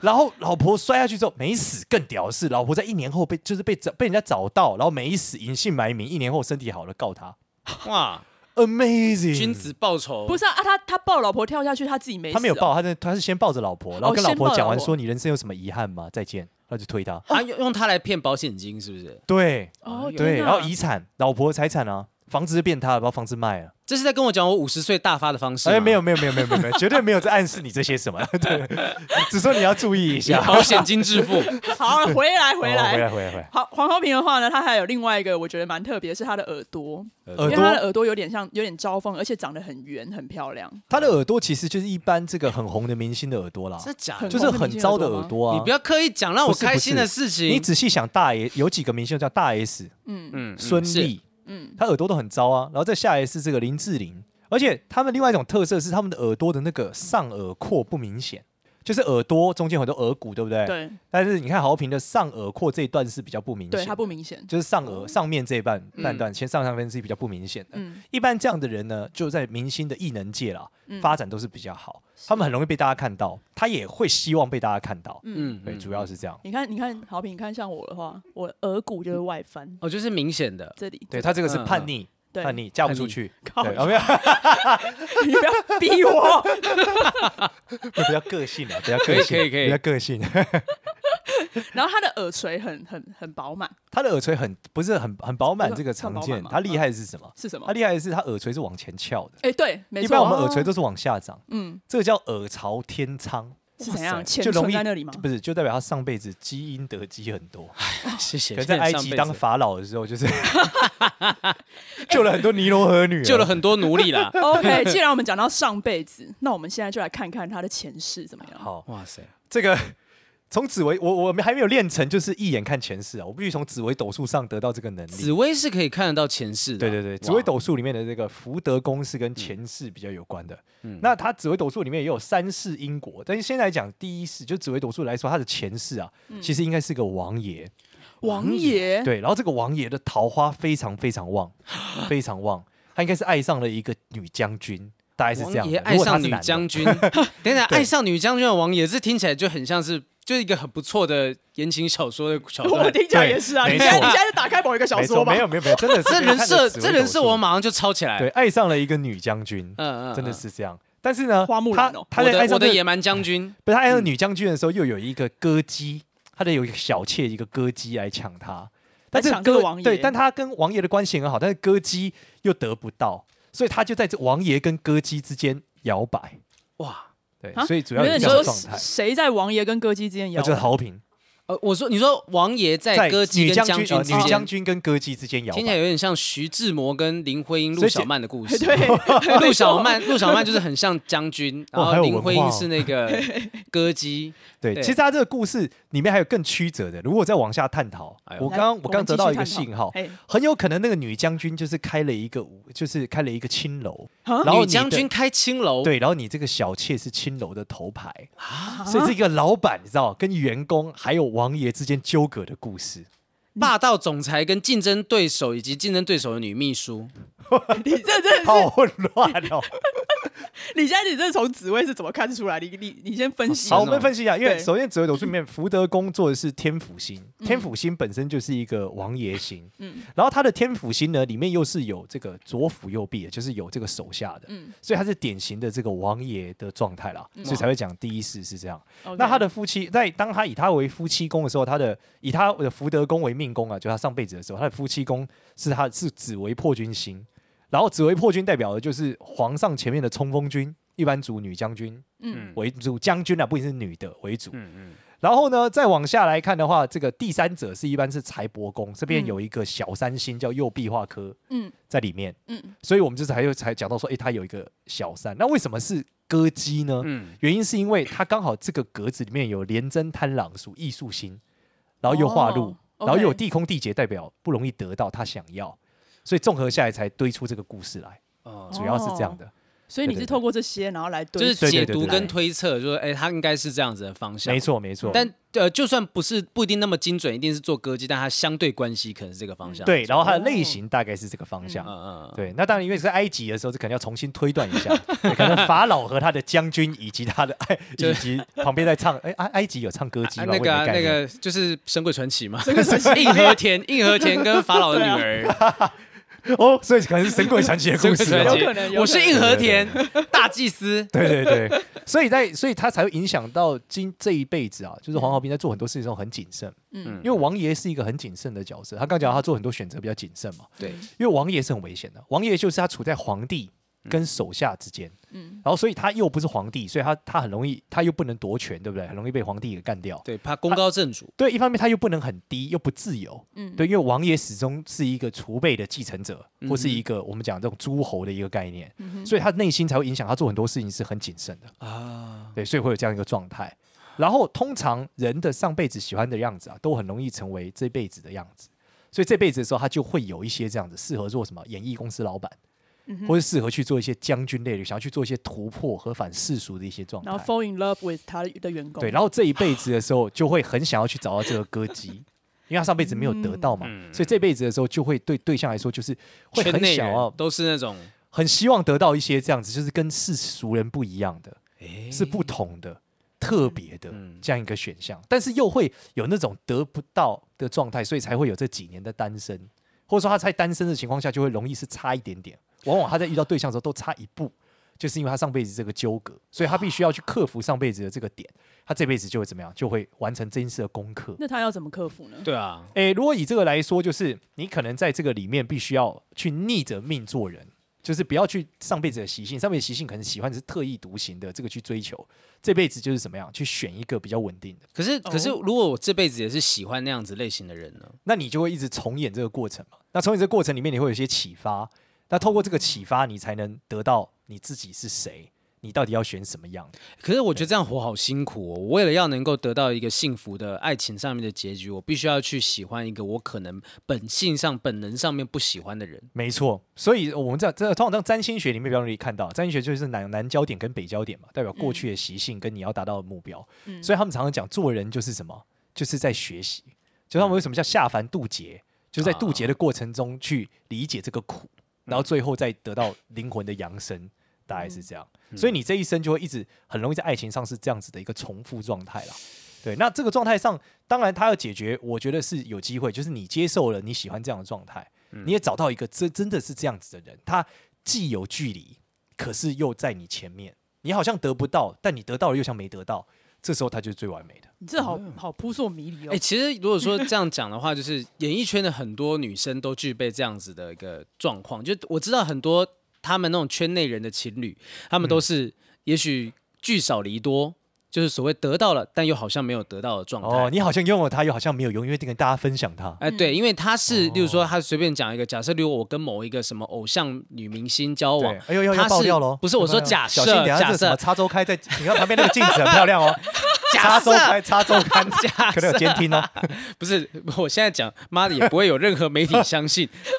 Speaker 1: 然后老婆摔下去之后没死，更屌的是，老婆在一年后被就是被找被人家找到，然后没死，隐姓埋名，一年后身体好了告他
Speaker 2: 哇，
Speaker 1: ，amazing，
Speaker 2: 君子报仇，
Speaker 3: 不是啊，啊他他抱老婆跳下去，他自己没死哦
Speaker 1: 他没有抱，他在他是先抱着老婆，然后跟老
Speaker 3: 哦先抱
Speaker 1: 婆
Speaker 3: 着
Speaker 1: 讲完
Speaker 3: 老婆
Speaker 1: 说你人生有什么遗憾吗？再见，然后就推他。
Speaker 2: 啊，用用它来骗保险金，是不是？
Speaker 1: 对
Speaker 3: 哦，
Speaker 1: 对，
Speaker 3: 天
Speaker 1: 然
Speaker 3: 哪
Speaker 1: 后遗产、老婆财产啊，房子就变他了，把房子卖了。
Speaker 2: 这是在跟我讲我五十岁大发的方式吗。
Speaker 1: 哎，没有没有没有没有没有没有，绝对没有在暗示你这些什么，对，只说你要注意一
Speaker 2: 以
Speaker 1: 下。
Speaker 2: 保险金致 [LAUGHS] 富，
Speaker 3: [LAUGHS] 好了，回来
Speaker 1: 哦
Speaker 3: 回
Speaker 1: 回来
Speaker 3: 来。
Speaker 1: 回来回来，
Speaker 3: 好，黄浩平的话呢，他还有另外一个我觉得蛮特别，是他的耳朵，因
Speaker 1: 耳
Speaker 3: 为他的
Speaker 1: 朵，
Speaker 3: 耳朵有点像有点招风，而且长得很圆，很漂亮。
Speaker 1: 他的耳朵其实就是一般这个很红的明星的耳朵啦，
Speaker 2: 真的假
Speaker 3: 很
Speaker 1: 就
Speaker 2: 的？
Speaker 1: 是很糟的耳朵啊。
Speaker 2: 你不要刻意讲让我开心的事情。
Speaker 1: 你仔细想，大 S 有几个明星叫大 S，
Speaker 2: 嗯
Speaker 1: 孙俪，
Speaker 3: 嗯，
Speaker 1: 她耳朵都很糟啊。然后再下来是这个林志玲，而且他们另外一种特色是他们的耳朵的那个上耳廓不明显，就是耳朵中间有很多耳骨，对不对？。
Speaker 3: 对
Speaker 1: 但是你看豪平的上耳廓这一段是比较不明
Speaker 3: 对，
Speaker 1: 显
Speaker 3: 他
Speaker 1: 的，
Speaker 3: 不明显。
Speaker 1: 就是上耳上面这一半半段，先上上分是比较不明显的。
Speaker 3: 嗯，
Speaker 1: 一般这样的人呢，就在明星的艺能界啦，
Speaker 3: 嗯
Speaker 1: 发展都是比较好，他们很容易被大家看到，他也会希望被大家看到。
Speaker 2: 嗯
Speaker 1: 对，主要是这样。
Speaker 3: 你看，你看，好评，你看像我的话，我耳骨就是外翻，
Speaker 2: 哦，就是明显的，
Speaker 3: 这里
Speaker 1: 嗯对他这个是
Speaker 2: 嗯
Speaker 1: 叛
Speaker 2: 嗯
Speaker 1: 逆，
Speaker 3: 对
Speaker 1: 叛逆嫁不
Speaker 2: 叛
Speaker 1: 出
Speaker 2: 逆
Speaker 1: 去，
Speaker 3: 靠
Speaker 1: 对，啊没有，
Speaker 3: [LAUGHS] 你不要逼我。
Speaker 1: [LAUGHS] 比较个性
Speaker 3: [LAUGHS]
Speaker 1: 啊，比较
Speaker 2: 可以
Speaker 1: 个性，
Speaker 2: 可以可以
Speaker 1: 比较个性。 [LAUGHS]
Speaker 3: 然后他的耳垂很很很饱满，
Speaker 1: 他的耳垂很不是很很饱满，
Speaker 3: 不是
Speaker 1: 这个
Speaker 3: 很
Speaker 1: 常
Speaker 3: 饱满
Speaker 1: 见。
Speaker 3: 吗
Speaker 1: 他厉害的是什么？
Speaker 3: 是什么
Speaker 1: 他？厉害的是他耳垂是往前翘的，
Speaker 3: 哎，对，没错。
Speaker 1: 啊一般我们耳垂 [LAUGHS]
Speaker 3: 哦
Speaker 1: 都是往下长，
Speaker 3: 嗯
Speaker 1: 这个叫耳巢天仓。
Speaker 3: 是怎样？
Speaker 1: 就
Speaker 3: 钱
Speaker 1: 容
Speaker 3: 存
Speaker 1: 易
Speaker 3: 在那里吗？
Speaker 1: 不是，就代表他上辈子基因得基很多，
Speaker 2: [LAUGHS] 谢谢。
Speaker 1: 可能在埃及当
Speaker 2: 上辈子
Speaker 1: 法老的时候，就是
Speaker 3: [LAUGHS]
Speaker 1: [LAUGHS] 救了很多尼罗河女儿，
Speaker 2: 救了很多奴隶 [LAUGHS] 啦。
Speaker 3: 哦 OK，既然我们讲到上辈子，那我们现在就来看看他的前世怎么样。
Speaker 1: 好。
Speaker 2: 哇 [LAUGHS] 塞，
Speaker 1: 这个从紫薇，我我们还没有练成，就是一眼看前世啊，我必须从紫薇斗数上得到这个能力
Speaker 2: 紫。薇是可嗯以看得到前世的。
Speaker 1: 对对对，
Speaker 2: 哇
Speaker 1: 紫微斗数里面的这个福德宫是跟前世比较有关的。
Speaker 2: 嗯
Speaker 1: 那它紫微斗数里面也有三世因果，但是先来讲第一世，就紫微斗数来说，它的前世啊，
Speaker 3: 嗯
Speaker 1: 其实应该是个王爷。
Speaker 3: 王爷，
Speaker 1: 对，然后这个王爷的桃花非常非
Speaker 2: [GASPS]
Speaker 1: 常旺，非常旺，他应该是爱上了一个女将军，大概是这样的。
Speaker 2: 王爷爱
Speaker 1: 如果他
Speaker 2: 上
Speaker 1: 是
Speaker 2: 女
Speaker 1: 男的
Speaker 2: 将军， [LAUGHS] 等等，爱上女将军的王爷，这听起来就很像是就一个很不错的言情小说的桥
Speaker 3: 我
Speaker 2: 段。
Speaker 3: 听起来也是啊。
Speaker 1: 对
Speaker 3: 你
Speaker 1: 没
Speaker 3: 现在
Speaker 1: 错
Speaker 3: 你现在是打开某一个小
Speaker 1: 没
Speaker 3: 说
Speaker 1: 错，
Speaker 3: 吧
Speaker 1: 没？有没有没有，真的是
Speaker 2: [LAUGHS] 这
Speaker 1: 因为
Speaker 2: 人
Speaker 1: 看
Speaker 2: 设，
Speaker 1: 了紫微
Speaker 2: 这人
Speaker 1: 斗
Speaker 2: 设
Speaker 1: 数
Speaker 2: 我马上就抄起来。
Speaker 1: 对，爱上了一个女将军，
Speaker 2: 嗯，嗯嗯，
Speaker 1: 真的是这样。但是呢，
Speaker 3: 花木兰哦
Speaker 1: 他他
Speaker 2: 我
Speaker 1: 在爱
Speaker 2: 的
Speaker 1: 上
Speaker 2: 我的
Speaker 1: 这个
Speaker 2: 野蛮将军，
Speaker 1: 不是他爱
Speaker 3: 嗯
Speaker 1: 上女将军的时候，又有一个歌姬，他的有一个小妾，一个歌姬来抢他。但
Speaker 3: 来
Speaker 1: 是
Speaker 3: 抢这个
Speaker 1: 歌
Speaker 3: 王爷
Speaker 1: 对，但他跟王爷的关系很好，但是歌姬又得不到，所以他就在这王爷跟歌姬之间摇摆。
Speaker 2: 哇！
Speaker 1: 对
Speaker 3: 啊，
Speaker 1: 所以主要
Speaker 3: 没有
Speaker 1: 有
Speaker 3: 你
Speaker 1: 这样
Speaker 3: 说
Speaker 1: 的状态，
Speaker 3: 谁在王爷跟歌姬之间摇
Speaker 1: 那
Speaker 3: 摆？
Speaker 1: 就是豪平
Speaker 2: 呃，我说，你说王爷在
Speaker 1: 在
Speaker 2: 歌姬
Speaker 1: 女
Speaker 2: 跟
Speaker 1: 将
Speaker 2: 军
Speaker 1: 军呃
Speaker 2: 之间
Speaker 1: 女将军跟歌姬之间摇
Speaker 2: 听起来
Speaker 1: 摆。
Speaker 2: 有点像徐志摩跟林徽因、
Speaker 1: 所
Speaker 2: 陆
Speaker 1: 以
Speaker 2: 小
Speaker 1: 姐
Speaker 2: 曼的故
Speaker 1: [LAUGHS]
Speaker 2: 事。
Speaker 3: 对，
Speaker 2: [LAUGHS] 陆小曼，陆小曼就是很像将军，然
Speaker 1: [LAUGHS] 哇
Speaker 2: 后
Speaker 1: 还有
Speaker 2: 林
Speaker 1: 文
Speaker 2: 徽
Speaker 1: 化
Speaker 2: 因
Speaker 1: 哦
Speaker 2: 是那个歌姬。
Speaker 1: 对，
Speaker 2: 对
Speaker 1: 其实他这个故事里面还有更曲折的，如果再往下探讨
Speaker 2: 哎，呦
Speaker 1: 我
Speaker 3: 来
Speaker 1: 刚刚我刚
Speaker 3: 们
Speaker 1: 得
Speaker 3: 继
Speaker 1: 到
Speaker 3: 续
Speaker 1: 一个
Speaker 3: 探讨
Speaker 1: 信号，
Speaker 3: 哎
Speaker 1: 很有可能那个女将军就是开了一个舞，就是开了一个青楼，
Speaker 3: 啊
Speaker 1: [LAUGHS] 然后
Speaker 2: 女
Speaker 1: 你
Speaker 2: 将
Speaker 1: 的
Speaker 2: 军开青楼，，
Speaker 1: 对，然后你这个小妾是青楼的头牌啊，所以这个老板你知道跟员工还有王爷之间纠葛的故事，
Speaker 2: 霸道总裁跟竞争对手以及竞争对手的女秘书，
Speaker 3: 你这真的
Speaker 1: 好混乱哦。
Speaker 3: 李佳琦这从紫薇是怎么看出来？你你你先分析。
Speaker 1: 好，我
Speaker 2: 哦
Speaker 1: 们分析一下，因为
Speaker 3: 对
Speaker 1: 首先紫微斗数里面福德宫做的是天府星，天府星本身就是一个王爷星，嗯，然后它的天府星呢，里面又是有这个左辅右弼的，就是有这个手下的，嗯，所以它是典型的这个王爷的状态啦，所以才会讲第一世是这样。
Speaker 3: OK
Speaker 1: 那他的夫妻在当他以他为夫妻宫的时候，他的以他的福德宫为命宫啊，就他上辈子的时候，他的夫妻宫是他是紫薇破军星，然后紫薇破军代表的就是皇上前面的冲锋军，一般主女将军
Speaker 3: 嗯
Speaker 1: 为主，将军啊不一定是女的为主。
Speaker 2: 嗯嗯，
Speaker 1: 然后呢，再往下来看的话，这个第三者是一般是财帛宫，这边
Speaker 3: 嗯
Speaker 1: 有一个小三星叫右壁化科
Speaker 3: 嗯
Speaker 1: 在里面，
Speaker 3: 嗯
Speaker 1: 所以我们这次还有才讲到说，诶，他有一个小三，那为什么是歌姬呢？
Speaker 2: 嗯
Speaker 1: 原因是因为它刚好这个格子里面有廉贞贪狼属艺术星，然后又化禄，
Speaker 3: 哦，OK
Speaker 1: 然后又有地空地劫，代表不容易得到他想要，所以综合下来才堆出这个故事来，
Speaker 2: 哦，
Speaker 1: 主要是这样的。
Speaker 3: 所以你是透过这些然后来对，
Speaker 2: 就是
Speaker 1: 对对
Speaker 2: 解
Speaker 1: 对
Speaker 2: 读
Speaker 1: 对
Speaker 2: 跟
Speaker 1: 对
Speaker 2: 推测，就是哎，他应该是这样子的方向，
Speaker 1: 没。错，没错。
Speaker 2: 但呃，就算不是不一定那么精准，一定是做歌姬，但它相对关系可能是这个方向。
Speaker 1: 对，然后它的
Speaker 3: 哦
Speaker 1: 类型大概是这个方向。
Speaker 2: 嗯，嗯嗯，
Speaker 1: 对，那当然，因为是埃及的时候，这可能要重新推断一
Speaker 2: [LAUGHS]
Speaker 1: 下，可能法老和他的将军，以及他的埃，
Speaker 2: 就
Speaker 1: 以及旁边在唱，哎，埃埃及有唱歌姬
Speaker 2: 啊
Speaker 1: 吗？
Speaker 2: 那
Speaker 1: 我也
Speaker 2: 个啊
Speaker 1: 没概
Speaker 2: 那
Speaker 1: 念
Speaker 2: 个就是《神鬼传奇》嘛， [LAUGHS] 硬和田，硬和田跟法老的女 [LAUGHS] 儿，
Speaker 1: 哦，所以可能是神鬼传奇的
Speaker 2: [LAUGHS] 神
Speaker 1: 故
Speaker 2: 鬼
Speaker 1: 事
Speaker 2: 传
Speaker 1: 哦。
Speaker 2: 奇，
Speaker 3: 啊有可能有可能
Speaker 2: 我是硬和田大祭司，
Speaker 1: 对对
Speaker 3: [LAUGHS]
Speaker 1: 对，所以在所以他才会影响到今这一辈子啊，就是黄浩斌在做很多事情上很谨慎，
Speaker 3: 嗯
Speaker 1: 因为王爷是一个很谨慎的角色，他刚讲他做很多选择比较谨慎嘛，
Speaker 2: 对，
Speaker 1: 因为王爷是很危险的，王爷就是他处在皇帝
Speaker 3: 嗯
Speaker 1: 跟手下之间，嗯，然后所以他又不是皇帝，所以他他很容易他又不能夺权，对不对？很容易被皇帝给干掉。
Speaker 2: 对，怕功高震
Speaker 3: [LAUGHS]
Speaker 2: 主，
Speaker 1: 对，一方面他又不能很低，又不自由，
Speaker 3: 嗯
Speaker 1: 对，因为王爷始终是一个储备的继承者，或是一个我们讲这种诸侯的一个概念，
Speaker 3: 嗯
Speaker 1: 所以他内心才会影响他做很多事情是很谨慎的啊，对，所以会有这样一个状态。然后通常人的上辈子喜欢的样子啊，都很容易成为这辈子的样子，所以这辈子的时候他就会有一些这样子适合做什么演艺公司老板。
Speaker 2: 嗯
Speaker 1: 或者适合去做一些将军类的，想要去做一些突破和反世俗的一些状态。
Speaker 3: 然后 fall in love with 他的员工，
Speaker 1: 对，然后这一辈子的时候，就会很想要去找到这个歌姬，因为他上辈子没有得到嘛，所以这辈子的时候就会对对象来说，就是会
Speaker 2: 嗯圈
Speaker 1: 很
Speaker 2: 内
Speaker 1: 想
Speaker 2: 人
Speaker 3: 啊
Speaker 1: 要、
Speaker 2: 都是那种
Speaker 1: 很希望得到一些这样子，就是跟世俗人不一样的，是不同的、特别的这样一个选项，但是又会有那种得不到的状态，所以才会有这几年的单身，或者说他在单身的情况下，就会容易是差一点点，往往他在遇到对象的时候都差一步。就是因为他上辈子这个纠葛，所以他必须要去克服上辈子的这个点，他这辈子就会怎么样，就会完成这一次的功课。
Speaker 3: 那他要怎么克服呢？
Speaker 2: 对啊，
Speaker 1: 诶，如果以这个来说，就是你可能在这个里面必须要去逆着命做人，就是不要去上辈子的习性，上辈子习性可能喜欢的是特立独行的，这个去追求，这辈子就是怎么样去选一个比较稳定的，
Speaker 2: 可是
Speaker 3: 哦
Speaker 2: 可是如果我这辈子也是喜欢那样子类型的人呢？
Speaker 1: 那你就会一直重演这个过程嘛。那重演这个过程里面，你会有一些启发，那透过这个启发，你才能得到你自己是谁，你到底要选什么样的。
Speaker 2: 可是我觉得这样活好辛苦哦。我为了要能够得到一个幸福的爱情上面的结局，我必须要去喜欢一个我可能本性上、本能上面不喜欢的人。
Speaker 1: 没错，所以我们在这通常在占星学里面比较容易看到，占星学就是南南焦点跟北焦点嘛，代表过去的习性跟你要达到的目标。所以他们常常讲做人就是什么，就是在学习，就他们为什么叫下凡渡劫，就是在渡劫的过程中去理解这个苦，然后最后再得到灵魂的扬升。大概是这样，所以你这一生就会一直很容易在爱情上是这样子的一个重复状态啦。对，那这个状态上，当然他要解决，我觉得是有机会，就是你接受了你喜欢这样的状态，
Speaker 2: 嗯
Speaker 1: 你也找到一个真真的是这样子的人，他既有距离，可是又在你前面，你好像得不到，但你得到了又像没得到，这时候他就是最完美的。
Speaker 3: 你这好
Speaker 1: 嗯
Speaker 3: 好扑朔迷离
Speaker 2: 哎、
Speaker 3: 哦。
Speaker 2: 其实如果说这样讲的话，就是演艺圈的很多女生都具备这样子的一个状况。就我知道很多他们那种圈内人的情侣，他
Speaker 1: 嗯
Speaker 2: 们都是也许聚少离多，就是所谓得到了，但又好像没有得到的状态。
Speaker 1: 哦，你好像拥有他，又好像没有拥有，因为跟大家分享他。
Speaker 2: 哎，对，因为他
Speaker 1: 哦
Speaker 2: 是，例如说，他随便讲一个，假设，例如我跟某一个什么偶像女明星交往
Speaker 1: 对，哎呦呦，
Speaker 2: 哦他
Speaker 1: 要
Speaker 2: 是
Speaker 1: 爆料喽！
Speaker 2: 不是我说
Speaker 1: 要爆料
Speaker 2: 假
Speaker 1: 嗯小心
Speaker 2: 设
Speaker 1: 等一下
Speaker 2: 假
Speaker 1: 这什么
Speaker 2: 设
Speaker 1: 插周开在，你看旁边那个镜子很漂亮
Speaker 2: [LAUGHS]
Speaker 1: 哦，插周开插周刊，
Speaker 2: 假
Speaker 1: 可能有监听哦。
Speaker 2: 不是， [LAUGHS] 我现在讲，妈的也不会有任何媒体相信。 [LAUGHS]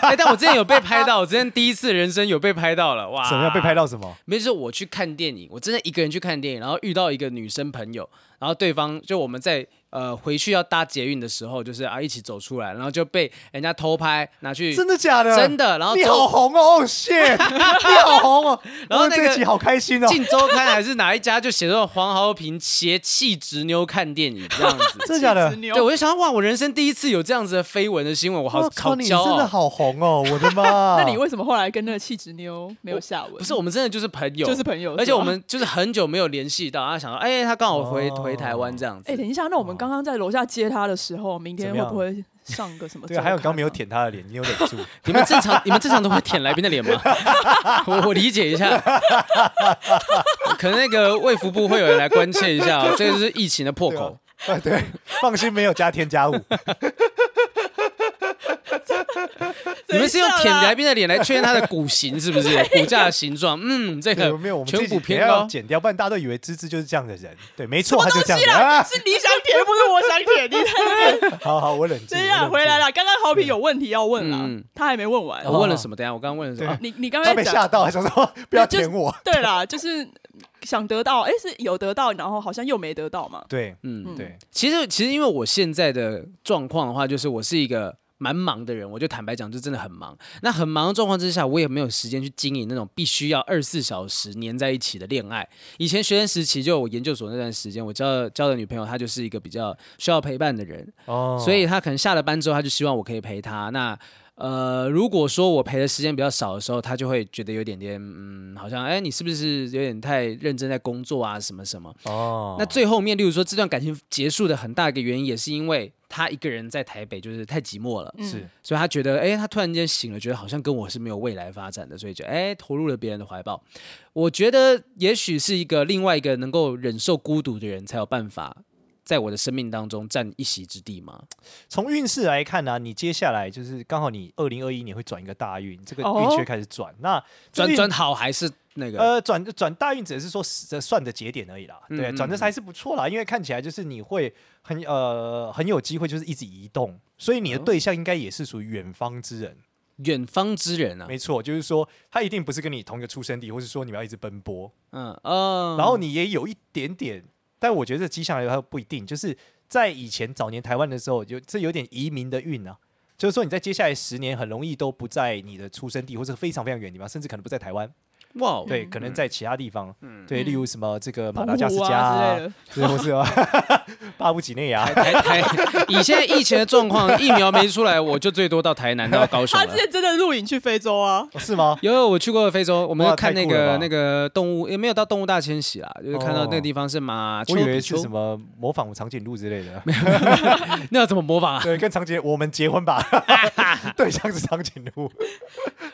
Speaker 2: 哎，但我之前有被拍到，我之前第一次人生有被拍到了，哇！啊
Speaker 1: 什么样被拍？到什么？
Speaker 2: 没事，我去看电影，我真的一个人去看电影，然后遇到一个女生朋友，然后对方就我们在呃回去要搭捷运的时候，就是啊一起走出来，然后就被人家偷拍拿去，
Speaker 1: 真的假的？
Speaker 2: 真的然后
Speaker 1: 你
Speaker 2: 走
Speaker 1: 好红哦，哦谢，
Speaker 2: [LAUGHS]
Speaker 1: 你好红哦。
Speaker 2: 然
Speaker 1: 哇
Speaker 2: 后那个
Speaker 1: 这一集好开心哦，
Speaker 2: 《镜周刊》还是哪一家就写说黄豪平携气直妞看电影这样子。
Speaker 1: [LAUGHS] 真的假的
Speaker 3: 气质？妞
Speaker 2: 对，我就想哇，我人生第一次有这样子的绯闻的新闻，我好
Speaker 1: 我
Speaker 2: 好
Speaker 1: 靠，你
Speaker 2: 骄
Speaker 1: 真的
Speaker 2: 傲。
Speaker 1: 好红
Speaker 3: [LAUGHS]
Speaker 1: 哦，我的妈！
Speaker 3: 那你为什么后来跟那个气质妞没有下文？
Speaker 2: 不是，我们真的就是朋友，
Speaker 3: 就是朋友
Speaker 2: 而且
Speaker 3: 是吧
Speaker 2: 我们就是很久没有联系到，然后想到，哎、他刚好回、
Speaker 1: 哦
Speaker 2: 回台湾这样子。
Speaker 3: 哎、等一下，那我们刚刚在楼下接他的时候，明天
Speaker 1: 怎么
Speaker 3: 会
Speaker 1: 样
Speaker 3: 不会上个什
Speaker 1: [LAUGHS]
Speaker 3: 么、
Speaker 1: 对啊，还有刚没有。舔他的脸，你有忍
Speaker 3: [LAUGHS]
Speaker 1: 住。
Speaker 2: 你们正常，你们正常都会舔来宾的
Speaker 1: [LAUGHS]
Speaker 2: 脸吗？我我理解一下，可能那个卫福部会有人来关切一
Speaker 1: [LAUGHS]
Speaker 2: 下、哦，这个就是疫情的破口。
Speaker 1: 啊，对，放心，没有加添加物。
Speaker 3: [LAUGHS] 啊
Speaker 1: 啊
Speaker 2: 你们是用
Speaker 3: 等一下
Speaker 2: 舔
Speaker 3: 啦
Speaker 2: 来宾的脸来确认他的骨型是不
Speaker 1: [LAUGHS]
Speaker 2: 是？骨架的形状，嗯，这
Speaker 1: 对，
Speaker 2: 个
Speaker 1: 没有，我们
Speaker 2: 颧
Speaker 1: 这集等
Speaker 2: 骨
Speaker 1: 一下
Speaker 2: 偏
Speaker 1: 要
Speaker 2: 高。
Speaker 1: 剪掉，不然大家都以为芝芝就是这样的人。对，没
Speaker 3: 什
Speaker 1: 错，
Speaker 3: 么
Speaker 1: 他就
Speaker 3: 东
Speaker 1: 这样
Speaker 3: 西
Speaker 1: 的
Speaker 3: 啦？
Speaker 1: 啊。
Speaker 3: [LAUGHS] 是你想舔，不是我想舔。
Speaker 1: [LAUGHS]
Speaker 3: 你在那边
Speaker 1: 好好，我忍住。
Speaker 3: 这
Speaker 1: 我忍
Speaker 3: 样
Speaker 1: 住
Speaker 3: 回来。了。刚刚好评有问题要问啦，
Speaker 2: 嗯
Speaker 3: 他还没问完。
Speaker 2: 我问了什么？等一下我刚刚问了什么？啊
Speaker 3: 你你刚
Speaker 1: 哦他
Speaker 3: 才
Speaker 1: 被
Speaker 3: 讲
Speaker 1: 吓到，想说 [LAUGHS] 不要舔我。
Speaker 3: 对啦，就是想得到，哎、是有得到，然后好像又没得到嘛。
Speaker 1: 对，
Speaker 2: 嗯，
Speaker 1: 对，
Speaker 2: 其实其实因为我现在的状况的话，就是我是一个。蛮忙的人，我就坦白讲，就真的很忙。那很忙的状况之下，我也没有时间去经营那种必须要二十四小时粘在一起的恋爱。以前学生时期，就我研究所那段时间，我交交的女朋友，她就是一个比较需要陪伴的人，
Speaker 3: 嗯
Speaker 1: 哦
Speaker 2: 所以他可能下了班之后，他就希望我可以陪他。那呃，如果说我陪的时间比较少的时候，他就会觉得有点点，嗯，好像哎，你是不是有点太认真在工作啊，什么什么？
Speaker 1: 哦
Speaker 2: 那最后面，例如说这段感情结束的很大一个原因，也是因为他一个人在台北就是太寂寞了，
Speaker 3: 嗯
Speaker 1: 是
Speaker 2: 所以他觉得，哎，他突然间醒了，觉得好像跟我是没有未来发展的，所以就哎投入了别人的怀抱。我觉得也许是一个另外一个能够忍受孤独的人，才有办法在我的生命当中占一席之地嘛。
Speaker 1: 从运势来看呢、你接下来就是刚好你二零二一年会转一个大运，这个
Speaker 3: 哦
Speaker 1: 运缺开始转。那这
Speaker 2: 转
Speaker 1: 运
Speaker 2: 转好还是那个？
Speaker 1: 呃，转转大运只是说是这算的节点而已啦，对，
Speaker 2: 嗯
Speaker 1: 转的还是不错啦，因为看起来就是你会很呃很有机会，就是一直移动，所以你
Speaker 2: 哦
Speaker 1: 的对象应该也是属于远方之人，
Speaker 2: 远方之人啊，
Speaker 1: 没错，就是说他一定不是跟你同一个出生地，或是说你们要一直奔波，
Speaker 2: 嗯哦，
Speaker 1: 然后你也有一点点，但我觉得这迹象还不一定，就是在以前早年台湾的时候，有这有点移民的运啊。就是说，你在接下来十年很容易都不在你的出生地，或者非常非常远的地方，甚至可能不在台湾，
Speaker 2: 哇，
Speaker 1: 对，可能在其他地方，对，例如什么这个马
Speaker 3: 嗯澎
Speaker 1: 达加斯
Speaker 3: 湖
Speaker 1: 加
Speaker 3: 啊
Speaker 1: 啊
Speaker 3: 之类的，
Speaker 1: [LAUGHS] 对，或是啊巴布几内亚
Speaker 3: [LAUGHS]
Speaker 2: 台，台台， [LAUGHS] 以现在疫情的状况，疫苗没出来，我就最多到台南到高
Speaker 1: [LAUGHS]
Speaker 2: 雄
Speaker 3: 他
Speaker 2: 了
Speaker 3: 之。前真的录影去非洲啊，
Speaker 1: 哦是吗？
Speaker 2: [LAUGHS] 有有，我去过非洲，我们
Speaker 1: 哇
Speaker 2: 看那
Speaker 1: 太酷了吧
Speaker 2: 个那个动物，也没有到动物大迁徙啦，就是看到那个地方是马丘
Speaker 1: 我以为是
Speaker 2: 比丘
Speaker 1: 什，么模仿长颈鹿之类的，
Speaker 2: 那要怎么模仿啊？
Speaker 1: 对，跟长颈我们结婚吧，
Speaker 3: [LAUGHS]
Speaker 1: 对象是长颈鹿，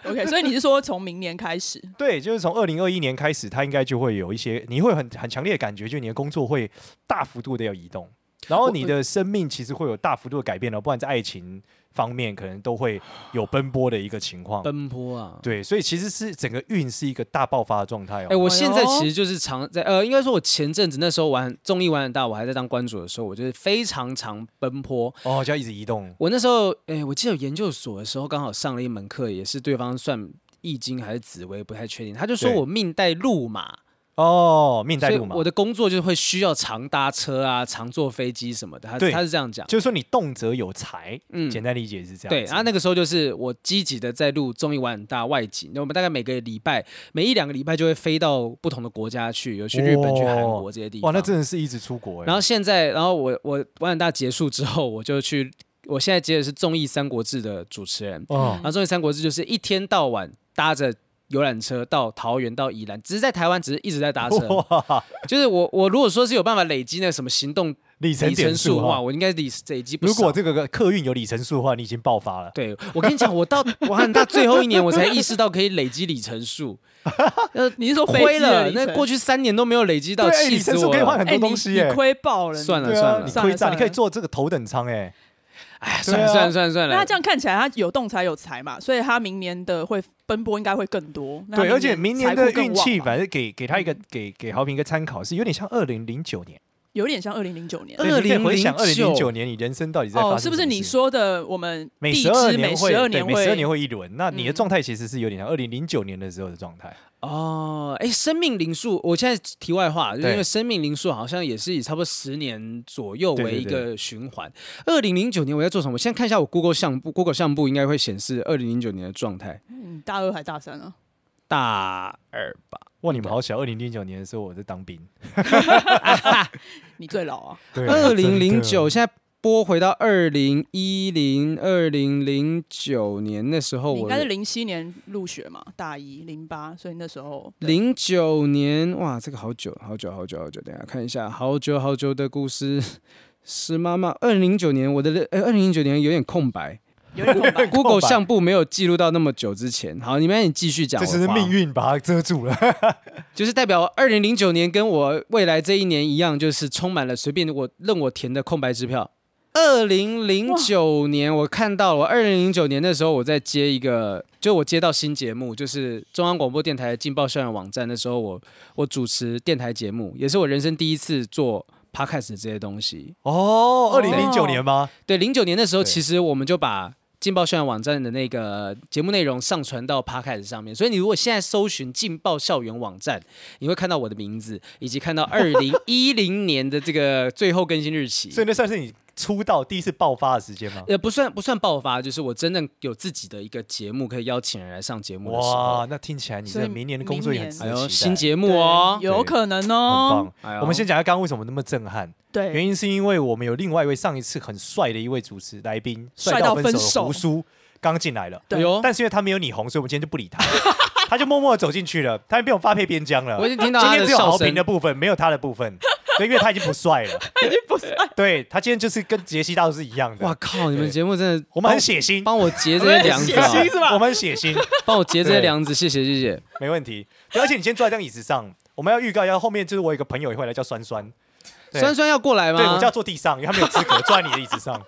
Speaker 3: [LAUGHS] OK，所以你是说从明年开始？
Speaker 1: 对，就是从二零二一年开始，它应该就会有一些，你会很很强烈的感觉，就你的工作会大幅度的要移动，然后你的生命其实会有大幅度的改变了，哦不然在爱情方面可能都会有奔波的一个情况，
Speaker 2: 奔波啊！
Speaker 1: 对，所以其实是整个运是一个大爆发的状态哦。
Speaker 2: 哎、我
Speaker 3: 哎呦
Speaker 2: 现在其实就是常在呃，应该说，我前阵子那时候玩综艺玩很大，我还在当关主的时候，我就是非常常奔波。
Speaker 1: 哦，就要一直移
Speaker 3: 嗯
Speaker 1: 动。
Speaker 2: 我那时候，哎、我记得有研究所的时候，刚好上了一门课，也是对方算易经还是紫薇，不太确定。他就说
Speaker 1: 对
Speaker 2: 我命带路马，
Speaker 1: 哦，命带
Speaker 2: 所以
Speaker 1: 路嘛
Speaker 2: 我，的工作就是会需要常搭车啊，常坐飞机什么的。他
Speaker 1: 对
Speaker 2: 他是这样讲。
Speaker 1: 就是说你动辄有财，
Speaker 2: 嗯
Speaker 1: 简单理解是这样子。
Speaker 2: 对，啊
Speaker 3: 啊
Speaker 2: 然后那个时候就是我积极的在录综艺玩很大外景，那我们大概每个礼拜，每一两个礼拜就会飞到不同的国家去，有去日本、
Speaker 1: 哦
Speaker 2: 去韩国这些地方。
Speaker 1: 哇，那真的是一直出国哎。
Speaker 2: 然后现在，然后我我玩很大结束之后，我就去，我现在接的是综艺《三国志》的主持人，
Speaker 1: 哦
Speaker 3: 嗯
Speaker 2: 然后《中艺三国志》就是一天到晚搭着游览车到桃园到宜兰，只是在台湾只是一直在搭车。
Speaker 1: [LAUGHS] 哇，
Speaker 2: 就是我我如果说是有办法累积那什么行动
Speaker 1: 里程
Speaker 2: 里程
Speaker 1: 点
Speaker 2: 数
Speaker 1: 数
Speaker 2: 的话，
Speaker 1: 哈。
Speaker 2: 我应该累累积不少。
Speaker 1: 如果这个客运有里程数的话，你已经爆发了。
Speaker 2: 对我跟你讲，我到我很大最后一年，我才意识到可以累积里程
Speaker 1: [LAUGHS]
Speaker 2: 数，
Speaker 1: 啊
Speaker 3: 呃你是说飞
Speaker 2: 亏
Speaker 3: 机的
Speaker 2: 了，
Speaker 3: 里程
Speaker 2: 那过去三年都没有累积到，
Speaker 1: 对，哎
Speaker 2: 气
Speaker 1: 里
Speaker 2: 死
Speaker 1: 程数
Speaker 2: 我
Speaker 1: 可以换
Speaker 2: 了。
Speaker 1: 很
Speaker 3: 哎、
Speaker 1: 多
Speaker 3: 你
Speaker 1: 东西哎
Speaker 3: 你。亏爆了。
Speaker 2: 算了
Speaker 1: 对
Speaker 2: 算
Speaker 1: 啊，
Speaker 2: 了
Speaker 1: 你
Speaker 3: 算
Speaker 1: 亏
Speaker 3: 了
Speaker 1: 炸，
Speaker 3: 算
Speaker 1: 你
Speaker 3: 了
Speaker 1: 可以坐这个头等舱哎。
Speaker 2: 哎，算
Speaker 1: 对
Speaker 2: 了
Speaker 1: 啊
Speaker 2: 算了算了算
Speaker 3: 那他
Speaker 2: 了
Speaker 3: 这，样看起来，他有动才有财嘛，所以他明年的会奔波应该会更多。那他
Speaker 1: 对，而且明年的
Speaker 3: 财库更
Speaker 1: 运
Speaker 3: 旺啊嗯
Speaker 1: 气，
Speaker 3: 吧
Speaker 1: 反正给给他一个给给豪平一个参考，是有点像二零零九年。
Speaker 3: 有点像二零零九年
Speaker 2: 呃
Speaker 1: 对你可以回想二零零
Speaker 2: 2009
Speaker 1: 九年你人生到底在
Speaker 3: 哦，
Speaker 1: 发生
Speaker 3: 是不是
Speaker 1: 什么
Speaker 3: 你
Speaker 1: 事
Speaker 3: 说的我们
Speaker 1: 每
Speaker 3: 地
Speaker 1: 十二
Speaker 3: 支
Speaker 1: 年
Speaker 3: 每
Speaker 1: 会
Speaker 3: 十
Speaker 1: 对
Speaker 3: 二年
Speaker 1: 每十二
Speaker 3: 会
Speaker 1: 年会一轮，那你的
Speaker 3: 嗯
Speaker 1: 状态其实是有点像二零零九年的时候的状态。
Speaker 2: 哦，哎，生命灵数，我现在题外话，就是
Speaker 1: 对
Speaker 2: 因为生命灵数好像也是以差不多十年左右
Speaker 1: 对对
Speaker 2: 为一
Speaker 1: 对
Speaker 2: 个循环。二零零九年我在做什么？我现在看一下我 Google 相簿，Google 相簿应该会显示二零零九年的状态，
Speaker 3: 嗯，大二还大三啊？
Speaker 2: 大二吧。
Speaker 1: 哇，你们好小！二零零九年的时候我在当
Speaker 2: [LAUGHS]
Speaker 1: 兵，
Speaker 3: 你最老啊？
Speaker 1: 对
Speaker 2: 二零零九，现在拨回到二零一零、二零零九年那时候
Speaker 3: 你
Speaker 2: 哦
Speaker 3: 应
Speaker 2: 我
Speaker 3: 该
Speaker 2: 的，
Speaker 3: 是零七年入学嘛，大一零八，所以那时候
Speaker 2: 零九年，哇，这个好久、好久、好久、好久。等一下看一下，好久、好久的故事是妈妈。二零零九年，我的呃，二零零九年有点空白
Speaker 3: 有
Speaker 2: [LAUGHS]
Speaker 3: 点空白。
Speaker 2: ，Google 相簿没有记录到那么久之前。好，你们你继续讲，
Speaker 1: 这只是
Speaker 2: 我花
Speaker 1: 命，运把它遮住了。
Speaker 2: 就是代表二零零九年跟我未来这一年一样，就是充满了随便我任我填的空白支票。二零零九年，我看到了。我二零零九年那时候，我在接一个，就我接到新节目，就是中央广播电台的劲爆校园网站。那时候我我主持电台节目，也是我人生第一次做 podcast 这些东西。
Speaker 1: [LAUGHS] 哦，二零零九年吗？
Speaker 2: 对，零九年的时候，
Speaker 1: 对
Speaker 2: 其实我们就把劲爆校园网站的那个节目内容上传到 podcast 上面。所以你如果现在搜寻劲爆校园网站，你会看到我的名字，以
Speaker 1: [LAUGHS]
Speaker 2: 及看到二零一零年的这个最后更新日期。
Speaker 1: 所以那算是你出道第一次爆发的时间吗？
Speaker 2: 呃，不算不算爆发，就是我真正有自己的一个节目，可以邀请人来上节目的时候。
Speaker 1: 哇，那听起来你
Speaker 3: 所以
Speaker 1: 这明年的工作也很值
Speaker 2: 哎
Speaker 1: 得
Speaker 2: 呦，
Speaker 1: 期
Speaker 2: 新
Speaker 1: 待。
Speaker 2: 节目
Speaker 3: 对
Speaker 2: 哦，
Speaker 3: 有可能
Speaker 1: 很
Speaker 3: 哦
Speaker 1: 棒。。
Speaker 2: 哎呦
Speaker 1: 我们先讲一下刚刚为什么那么震撼，
Speaker 3: 对，
Speaker 1: 原因是因为我们有另外一位上一次很帅的一位主持来宾，
Speaker 3: 帅
Speaker 1: 到
Speaker 3: 到
Speaker 1: 分
Speaker 3: 分
Speaker 1: 手的
Speaker 3: 手
Speaker 1: 胡叔刚进来了，
Speaker 3: 对
Speaker 2: 哎呦
Speaker 1: 但是因为他没有你红，所以我们今天就不理他，他就默默的走进去了，他被我们发配边疆了。
Speaker 2: 我已经听到
Speaker 1: 今
Speaker 2: 他
Speaker 1: 天
Speaker 2: 的
Speaker 1: 只有
Speaker 2: 笑
Speaker 1: 豪
Speaker 2: 声
Speaker 1: 平的。部分，没有他的部分，对，因为他已经不帅了，已经不帅。对他今天就是跟杰西大叔是一样的。
Speaker 2: 哇靠！你们节目真的，
Speaker 1: 我们很血腥，
Speaker 2: 帮我结这些梁子啊，
Speaker 3: 血腥是吧
Speaker 1: 我们很血腥，
Speaker 2: 帮我结这些梁子，谢谢谢谢。
Speaker 1: 没问题。对，而且你先坐在这张椅子上，我们要预告一下，后面就是我有一个朋友也会来叫酸酸，对
Speaker 2: 酸酸要过来吗？
Speaker 1: 对我就要坐地上，因为他没有资格坐在你的椅子上。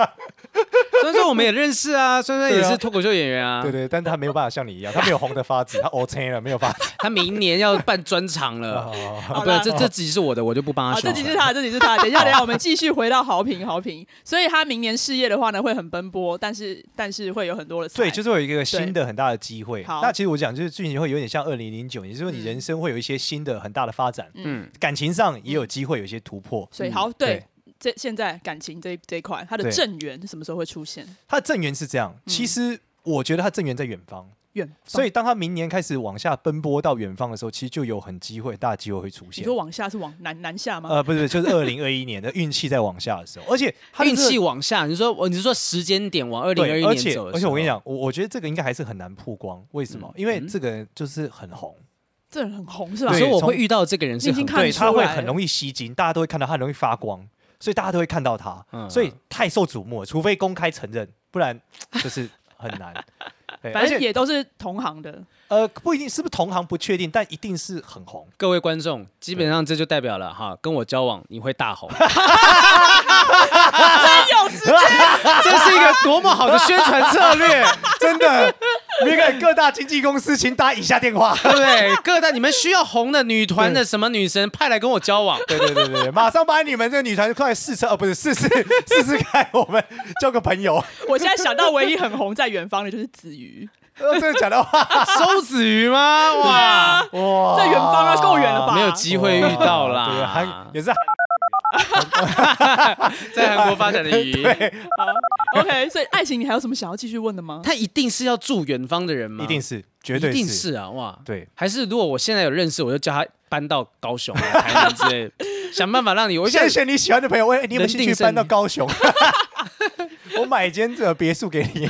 Speaker 2: 酸酸我们也认识啊，酸酸也
Speaker 1: [LAUGHS] 对
Speaker 2: 是
Speaker 1: 啊
Speaker 2: 脱口秀演员 [LAUGHS] 啊
Speaker 1: 对，对，但他没有办法像你一样，他没有红的发紫，他 OK 了，没有发
Speaker 2: [LAUGHS]
Speaker 1: 紫。
Speaker 2: 他明年要办专场
Speaker 1: [LAUGHS]
Speaker 2: 了。
Speaker 1: 哦
Speaker 2: 啊，
Speaker 3: 好
Speaker 2: 不是
Speaker 3: 啦，
Speaker 2: 这这集是我的，我就不帮
Speaker 3: 好，
Speaker 2: 他
Speaker 3: 这
Speaker 1: 啊
Speaker 2: 宣
Speaker 3: 集
Speaker 2: 传。
Speaker 3: 是他的，这集是他
Speaker 1: [LAUGHS]
Speaker 3: 的。等一下，等一下，我们继续回到好评，好评。所以他明年事业的话呢，会很奔波，但是但是会有很多的菜
Speaker 1: 对，就是有一个新的很大的机会。
Speaker 3: 好
Speaker 1: 那其实我讲就是剧情会有点像二零零九，也就是说你人生会有一些新的很大的发展，
Speaker 2: 嗯，
Speaker 1: 感情上也有机会有一些突破。
Speaker 3: 所以好对
Speaker 1: 嗯对。
Speaker 3: 这现在感情这一这一块，它的
Speaker 1: 对
Speaker 3: 正缘什么时候会出现？
Speaker 1: 他的正缘是这样，
Speaker 2: 嗯
Speaker 1: 其实我觉得他正缘在远方，
Speaker 3: 远方，
Speaker 1: 所以当他明年开始往下奔波到远方的时候，其实就有很机会，大机会会出
Speaker 3: 你
Speaker 1: 现。
Speaker 3: 说往下是往南南下吗？
Speaker 1: 呃，不是，不是就是二零二一年
Speaker 2: [LAUGHS]
Speaker 1: 的运气在往下的时候，而且他的
Speaker 2: 运
Speaker 1: 这个
Speaker 2: 气往下，你说哦我，你是说时间点往二零二
Speaker 1: 对，
Speaker 2: 一
Speaker 1: 而
Speaker 2: 年
Speaker 1: 且
Speaker 2: 走的
Speaker 1: 而
Speaker 2: 时
Speaker 1: 且
Speaker 2: 候嗯
Speaker 1: 我跟你，讲，我我觉得这个应该还是很难曝光，为什么？因为这个人就是很红，
Speaker 3: 这人很红是吧？
Speaker 1: 对
Speaker 2: 所以我
Speaker 1: 从
Speaker 2: 会遇到这个人是
Speaker 3: 你已
Speaker 2: 很
Speaker 3: 经看
Speaker 1: 对，
Speaker 3: 出
Speaker 1: 他会
Speaker 3: 来
Speaker 1: 很
Speaker 3: 了
Speaker 1: 容易吸睛，大家都会看到他很容易发光，所以大家都会看到他，
Speaker 2: 嗯
Speaker 1: 所以太受瞩目了，除非公开承认，不
Speaker 3: [LAUGHS]
Speaker 1: 然就是很难。对，而
Speaker 3: 反正
Speaker 1: 且
Speaker 3: 也都是同行的，
Speaker 1: 呃，不一定是不是同行不确定，但一定是很
Speaker 3: [LAUGHS]
Speaker 1: 红。
Speaker 2: 各位观众，基本上这就代表了哈，跟我交往你会大
Speaker 1: [LAUGHS]
Speaker 2: 红，
Speaker 1: 啊
Speaker 3: 有是
Speaker 2: 这是一个多么好的宣传策
Speaker 1: [LAUGHS]
Speaker 2: 略，
Speaker 1: 真的，那个各大经纪公司，请打以下电
Speaker 3: [LAUGHS]
Speaker 1: 话。
Speaker 2: 对不对？各大你们需要红的女团的什么女神派来跟我交往，
Speaker 1: 对对对对对，马上把你们这个女团快试车，呃，不是试试试试看，我们交个朋友。
Speaker 3: 我现在想到唯一很红在远方的就是子瑜，
Speaker 1: 呃真的假的话，
Speaker 2: 周子瑜吗？
Speaker 1: 啊 [LAUGHS]
Speaker 3: 啊
Speaker 2: 哇，
Speaker 1: 哇，
Speaker 3: [LAUGHS] 在远方啊，够远了吧？
Speaker 2: 没有机会遇到
Speaker 1: 哇哦对，韩
Speaker 2: 啦。
Speaker 1: 也是韩
Speaker 2: 在韩国发展
Speaker 1: [LAUGHS]
Speaker 2: 的鱼，
Speaker 3: 好 OK，所以爱情你还有什么想要继续问
Speaker 1: [LAUGHS]
Speaker 3: 的吗？
Speaker 2: 他一定是要住远方的人吗？
Speaker 1: 一定
Speaker 2: 是，
Speaker 1: 是，绝对
Speaker 2: 一定是啊！哇，
Speaker 1: 对，
Speaker 2: 还是如果我现在有认识，我就叫他搬到高雄、啊台南之类
Speaker 1: [LAUGHS]
Speaker 2: 的，想办法让你。我现
Speaker 1: 谢
Speaker 2: 在
Speaker 1: 谢你喜欢的朋友，喂，你有没有兴趣
Speaker 2: 人定胜
Speaker 1: 搬到高雄？ [LAUGHS] 我买一间这个别墅给你。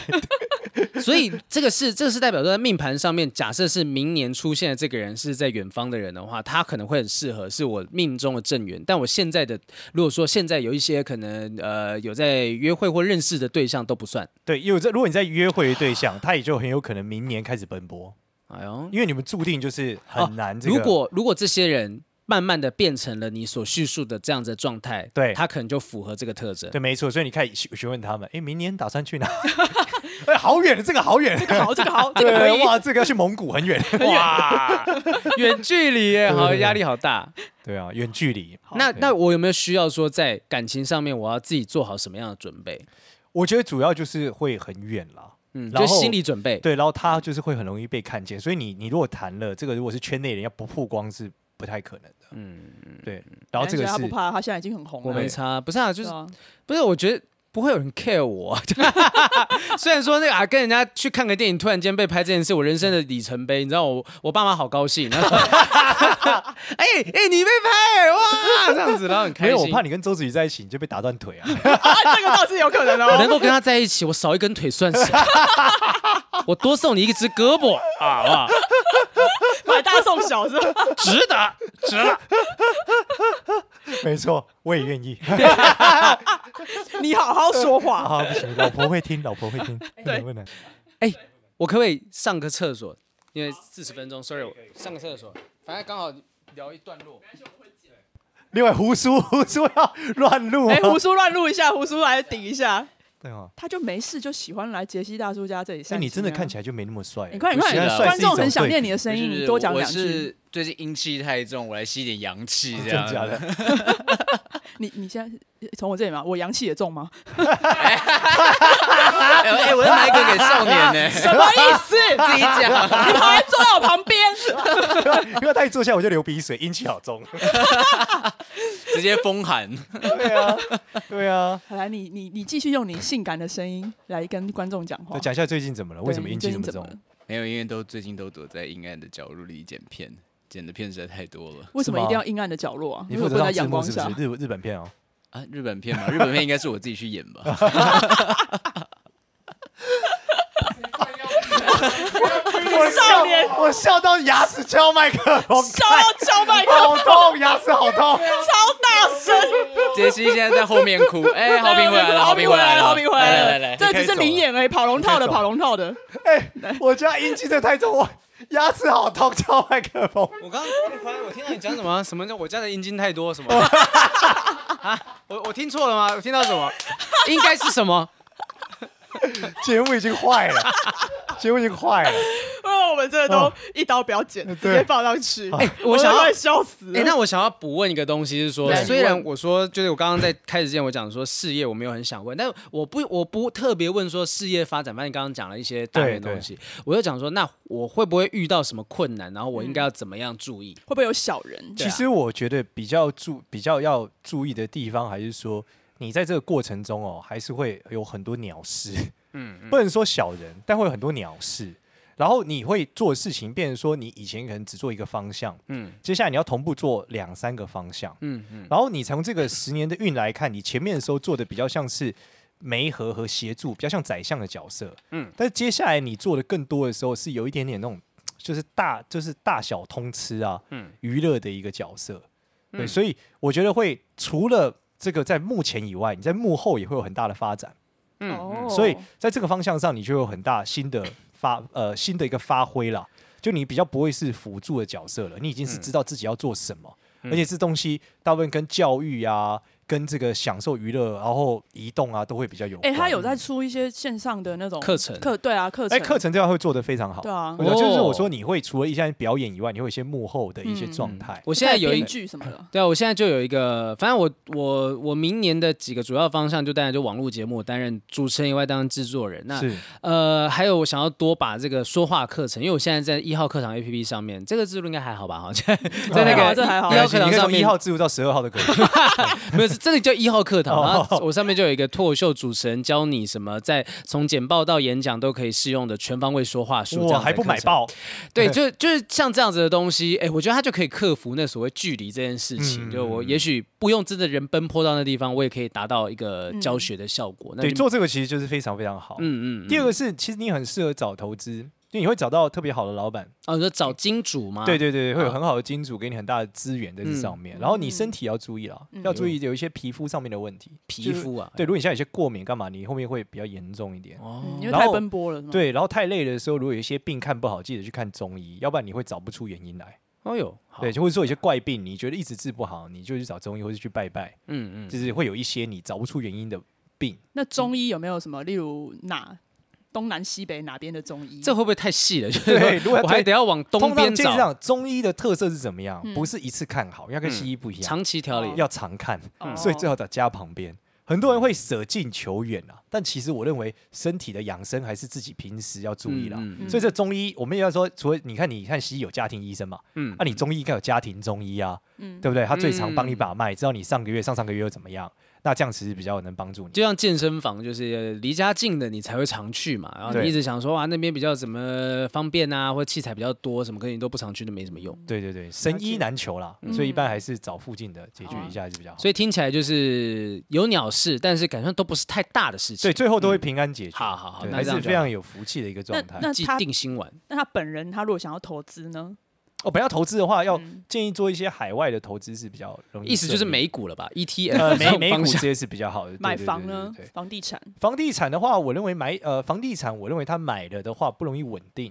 Speaker 2: 所以这个是这个是代表说，在命盘上面，假设是明年出现的这个人是在远方的人的话，他可能会很适合是我命中的正缘。但我现在的，如果说现在有一些可能呃有在约会或认识的对象都不算。
Speaker 1: [LAUGHS] 对，因为这如果你在约会的对象，他也就很有可能明年开始奔波，
Speaker 2: 哎呦，
Speaker 1: 因为你们注定就是
Speaker 2: 哦
Speaker 1: 很难这个。
Speaker 2: 如果如果这些人慢慢的变成了你所叙述的这样子的状态，
Speaker 1: 对
Speaker 2: 他可能就符合这个特征。
Speaker 1: 对，没错，所以你看询询问他们，哎，明年打算去哪？ [LAUGHS] 哎，好远，这个好远，
Speaker 3: 这个好，这个好，这个可
Speaker 1: [LAUGHS]
Speaker 3: 以
Speaker 1: 对，。哇，这个要去蒙 [LAUGHS] 古很远，
Speaker 2: 哇， [LAUGHS] 远距离耶，好压力好大。
Speaker 1: 对啊，远距离。
Speaker 3: 好
Speaker 2: 那那我有没有需要说在感情上面我要自己做好什么样的准备？
Speaker 1: 我觉得主要就是会很远啦，
Speaker 2: 嗯，
Speaker 5: 然
Speaker 2: 就
Speaker 5: 后
Speaker 2: 心理准备。
Speaker 5: 对，然后他就是会很容易被看见，所以你你如果谈了这个，如果是圈内人要不曝光是不太可能的，嗯，对。然后这个
Speaker 3: 他不
Speaker 5: 是
Speaker 3: 怕，他现在已经很红了。
Speaker 2: 我没
Speaker 5: 们
Speaker 2: 差，不是啊，就是
Speaker 3: 对啊
Speaker 2: 不是，我觉得不会有人 care 我 [LAUGHS] 啊。虽然说那个啊，跟人家去看个电影，突然间被拍这件事，我人生的里程碑，你知道我我爸妈好高兴，然后 [LAUGHS] 哎哎你被拍哇这样子，然后很开
Speaker 5: 没
Speaker 2: 心。
Speaker 5: 有，我怕你跟周子瑜在一起，你就被打
Speaker 3: [LAUGHS]
Speaker 5: 断腿
Speaker 3: [LAUGHS]
Speaker 5: 啊。
Speaker 3: 啊，这个倒是有可能
Speaker 2: 我
Speaker 3: [LAUGHS] 哦。
Speaker 2: 能够跟他在一起，我少一根腿算什么？我多送你一只胳膊啊，好不好？
Speaker 3: 买大送小是吧？
Speaker 2: 值得，值了。
Speaker 5: 没错，我也愿意。
Speaker 3: [LAUGHS]
Speaker 5: [LAUGHS]
Speaker 3: 你好好说话。
Speaker 5: 啊，不行，老婆会听，老婆会听，不能不能。
Speaker 2: 我可不可以上个厕所？因为四十分钟，sorry，我上个厕所。反正刚好聊一段落。
Speaker 5: 另外，胡叔，胡叔要乱录、哦，
Speaker 3: [LAUGHS] 哎，胡叔乱录一下，胡叔来顶一下。
Speaker 5: 对哦。
Speaker 3: 他就没事就喜欢来杰西大叔家这里
Speaker 5: 那
Speaker 3: 散心啊。
Speaker 5: 哎你真的看起来就没那么帅。
Speaker 3: 你快点，
Speaker 2: 不
Speaker 3: 快
Speaker 2: 是
Speaker 3: 点，
Speaker 2: 啊
Speaker 3: 观众很想念你的
Speaker 6: 不
Speaker 3: 声
Speaker 6: 是
Speaker 3: 音，
Speaker 6: 不是
Speaker 3: 你多讲
Speaker 6: 我
Speaker 3: 两句。
Speaker 6: 是最近阴气太重，我来吸点阳气，这
Speaker 5: 哦
Speaker 6: 样
Speaker 5: 真的假
Speaker 3: 啊
Speaker 5: 的？ [LAUGHS]
Speaker 3: 你你现在从我这里吗？我阳气也重吗？
Speaker 6: 哎、哎我要拿一个给少年呢、
Speaker 3: [LAUGHS] 什么意思？
Speaker 6: 自己讲，
Speaker 3: 你跑来坐在我旁边，
Speaker 5: 因为他一坐下我就流鼻水，阴气
Speaker 3: [LAUGHS]
Speaker 5: 好重。
Speaker 6: 直接风寒。
Speaker 5: 对啊，对啊。
Speaker 3: 好 [LAUGHS] 来，你你你继续用你性感的声音来跟观众讲话
Speaker 5: 再。讲一下最近怎么了？为什么
Speaker 3: 对
Speaker 5: 阴
Speaker 3: 你最
Speaker 5: 气
Speaker 3: 近
Speaker 5: 这么
Speaker 3: 怎么
Speaker 5: 重
Speaker 3: 了？？
Speaker 6: 没有，因为都最近都躲在阴暗的角落里剪片，剪的片实在太多了
Speaker 3: 为什么
Speaker 5: 是吗
Speaker 3: 一定要阴暗的角落啊？
Speaker 5: 你
Speaker 3: 因为
Speaker 5: 负
Speaker 3: 我
Speaker 5: 责
Speaker 3: 不能在
Speaker 5: 上字
Speaker 3: 阳
Speaker 5: 幕
Speaker 3: 光
Speaker 5: 是
Speaker 3: 下
Speaker 5: 不。是？日日本片哦，
Speaker 6: 啊！日本片嘛，日本片应该是我自己去演吧。
Speaker 5: [LAUGHS]
Speaker 3: 少年
Speaker 5: 我笑到牙齿敲麦克风，
Speaker 3: 敲敲
Speaker 1: [LAUGHS]
Speaker 3: 麦
Speaker 1: 哎
Speaker 3: 克
Speaker 5: 好痛，牙齿好
Speaker 3: [LAUGHS]
Speaker 5: 痛。
Speaker 3: 超大声，
Speaker 6: 杰西现在在后面哭，哎、好评回来了，
Speaker 3: 好
Speaker 6: 评
Speaker 3: 评
Speaker 6: 回
Speaker 3: 回
Speaker 6: 来
Speaker 3: 来
Speaker 6: 了，
Speaker 3: 了，好评回来了，
Speaker 6: 来来来，
Speaker 3: 这只是零演而已，跑龙套
Speaker 5: 你可
Speaker 3: 的，
Speaker 5: 以走
Speaker 3: 跑龙套的。 [LAUGHS]
Speaker 5: 哎，我家阴气这太重，我牙齿好痛，敲麦克风。
Speaker 2: 我刚刚我听到你讲什么？什么叫我家的阴茎太多？什么？啊，我我听错了吗？我听到什么？应该是什么？
Speaker 5: 节目已经坏
Speaker 3: [LAUGHS]
Speaker 5: 了，节目已经坏了。
Speaker 3: 因为我们这个都
Speaker 5: 哦
Speaker 3: 一刀不要剪，
Speaker 5: 对
Speaker 3: 直接放上去。
Speaker 5: 哎
Speaker 2: 我想要
Speaker 3: 快笑死
Speaker 2: 哎、
Speaker 3: 了。
Speaker 2: 那我想要补问一个东西，是说，
Speaker 3: 来
Speaker 2: 虽
Speaker 3: 你
Speaker 2: 然
Speaker 3: 问
Speaker 2: 我说就是我刚刚在开始之前我讲说事业我没有很想问，但我不我不特别问说事业发展，反正你刚刚讲了一些大的
Speaker 5: 对
Speaker 2: 东西，我就讲说那我会不会遇到什么困难，然后
Speaker 3: 嗯
Speaker 2: 我应该要怎么样注意？
Speaker 3: 会不会有小人？
Speaker 2: 对
Speaker 5: 其
Speaker 2: 啊
Speaker 5: 实我觉得比较注比较要注意的地方，还是说你在这个过程中哦，还是会有很多鸟事。嗯，不能说小人，但会有很多鸟事。然后你会做的事情，变成说你以前可能只做一个方向，嗯
Speaker 2: 嗯，
Speaker 5: 接下来你要同步做两三个方向，
Speaker 2: 嗯嗯，
Speaker 5: 然后你从这个十年的运来看，你前面的时候做的比较像是媒合和协助，比较像宰相的角色。嗯
Speaker 2: 嗯，
Speaker 5: 但是接下来你做的更多的时候，是有一点点那种就是大就是大小通吃啊，嗯
Speaker 2: 嗯，
Speaker 5: 娱乐的一个角色。对，
Speaker 2: 嗯
Speaker 5: 所以我觉得会除了这个在幕前以外，你在幕后也会有很大的发展。
Speaker 2: 嗯
Speaker 3: 哦，
Speaker 5: 所以在这个方向上，你就有很大新的发 [LAUGHS] 呃新的一个发挥啦。就你比较不会是辅助的角色了，你已经是知道自己要做什么，
Speaker 3: 嗯
Speaker 5: 而且这东西大部分跟教育啊、跟这个享受娱乐，然后移动啊，都会比较有
Speaker 3: 哎，
Speaker 5: 关。
Speaker 3: 他有在出一些线上的那种
Speaker 2: 课程
Speaker 3: 课对啊，课
Speaker 5: 哎
Speaker 3: 程，
Speaker 5: 课程这块会做得非常好。
Speaker 3: 对啊
Speaker 5: 我觉得就是
Speaker 2: 哦
Speaker 5: 我说你会除了一些表演以外，你会有一些幕后的一
Speaker 3: 嗯
Speaker 5: 些状态。
Speaker 2: 我现在有一
Speaker 3: 编剧什么的，
Speaker 2: 对啊，我现在就有一个，反正我我我明年的几个主要方向就当然就网络节目，担任主持人以外，当然制作人。
Speaker 3: 嗯
Speaker 2: 那
Speaker 5: 是
Speaker 2: 呃，还有我想要多把这个说话课程，因为我现在在一号课堂 A P P 上面，这个制度应该还好吧？哈， [LAUGHS] 在在那
Speaker 3: 还好
Speaker 2: 个
Speaker 3: 这还好
Speaker 2: 一
Speaker 5: 没
Speaker 2: 号
Speaker 5: 关系
Speaker 2: 课堂
Speaker 5: 你可以
Speaker 2: 上
Speaker 5: 从
Speaker 2: 面
Speaker 5: 一号制度到十二号都可以。
Speaker 3: [LAUGHS]
Speaker 2: 没有，是真的叫一号课
Speaker 5: [LAUGHS]
Speaker 2: 堂。
Speaker 5: 哦
Speaker 2: 然后我上面就有一个脱口秀主持人教你什么，在从简报到演讲都可以适用的全方位说话术。这
Speaker 5: 哇，
Speaker 2: 样的
Speaker 5: 还不买
Speaker 2: 课程？
Speaker 5: 爆？
Speaker 2: 对，就就是像这样子的东西，哎，我觉得它就可以克服那所谓距离这件事情。
Speaker 5: 嗯
Speaker 2: 就我也许不用真的人奔波到那地方，我也可以达到一个
Speaker 3: 嗯
Speaker 2: 教学的效果。那
Speaker 5: 对，
Speaker 2: 就
Speaker 5: 做这个其实就是非常非常好。
Speaker 2: 嗯嗯，
Speaker 5: 第二
Speaker 2: 个
Speaker 5: 个是，其实你很适合找投资，因为你会找到特别好的老板。
Speaker 2: 哦，你说找金主吗？
Speaker 5: 对对对，
Speaker 2: 啊
Speaker 5: 会有很好的金主给你很大的资源在这上面。然后你
Speaker 3: 嗯
Speaker 5: 身体要注意了，要注意有一些皮肤上面的问题。
Speaker 2: 皮肤啊，
Speaker 5: 对，如果你现在有些过敏干嘛，你后面会比较严重一点。
Speaker 2: 哦
Speaker 3: 嗯因为
Speaker 5: 然
Speaker 3: 太
Speaker 5: 后
Speaker 3: 奔波了，是吗，
Speaker 5: 对，然后太累的时候，如果有一些病看不好，记得去看中医，要不然你会找不出原因来。
Speaker 2: 哦哟，好
Speaker 5: 对，，就会说有些怪病，你觉得一直治不好，你就去找中医或是去拜拜，
Speaker 2: 嗯嗯，
Speaker 5: 就是会有一些你找不出原因的病。
Speaker 3: 那中医有没有什么，例如哪东南西北哪边的中医？
Speaker 2: 这会不会太细了？就是
Speaker 5: 对如果要
Speaker 2: 我还
Speaker 5: 推
Speaker 2: 得要往东
Speaker 5: 通常
Speaker 2: 边
Speaker 5: 就是这
Speaker 2: 找，
Speaker 5: 样，中医的特色是怎么样？不是一次看好，要跟西医不一样。
Speaker 2: 长期调理
Speaker 5: 要常看，
Speaker 3: 哦
Speaker 5: 所以最好在家旁边。很多人会舍近求远啊，但其实我认为身体的养生还是自己平时要注意啦。
Speaker 2: 嗯
Speaker 5: 所以这中医，我们也要说，除了你看，你看西医有家庭医生嘛，啊
Speaker 2: 嗯
Speaker 5: 那、你中医应该有家庭中医啊，
Speaker 3: 嗯
Speaker 5: 对不对？他最常帮你把脉，知道你上个月、上上个月又怎么样，那这样其实比较能帮助你。
Speaker 2: 就像健身房，就是离家近的你才会常去嘛。然后
Speaker 5: 对
Speaker 2: 你一直想说哇那边比较怎么方便啊，或者器材比较多什么，可是你都不常去，那没什么用。
Speaker 5: 对对对，神医难求啦，
Speaker 2: 嗯
Speaker 5: 所以一般还是找附近的解决一下还是比较好。
Speaker 2: 所以听起来就是有鸟事，但是感觉都不是太大的事情。
Speaker 5: 对，最后都会平安解
Speaker 2: 嗯
Speaker 5: 决。
Speaker 2: 好好好
Speaker 5: 对
Speaker 2: 那
Speaker 5: 还
Speaker 2: 这样
Speaker 5: 是
Speaker 2: 就
Speaker 5: 非常嗯有福气的一个状态。
Speaker 3: 那
Speaker 2: 既
Speaker 3: 他
Speaker 2: 定心丸。
Speaker 3: 那他本人他如果想要投资呢？
Speaker 5: 哦，本来要投资的话，要
Speaker 3: 嗯
Speaker 5: 建议做一些海外的投资是比较容易。
Speaker 2: 意思就是。美股了吧？ETF
Speaker 5: 呃，
Speaker 2: 这
Speaker 5: 美
Speaker 2: 种
Speaker 5: 美
Speaker 2: 方
Speaker 5: 股这
Speaker 2: 向
Speaker 5: 些是比较好的，对
Speaker 3: 买
Speaker 5: 对对
Speaker 3: 房
Speaker 5: 对
Speaker 3: 呢
Speaker 5: 对对？
Speaker 3: 房地产
Speaker 5: 房地产的话，我认为买呃，房地产我认为他买了的话不容易稳定，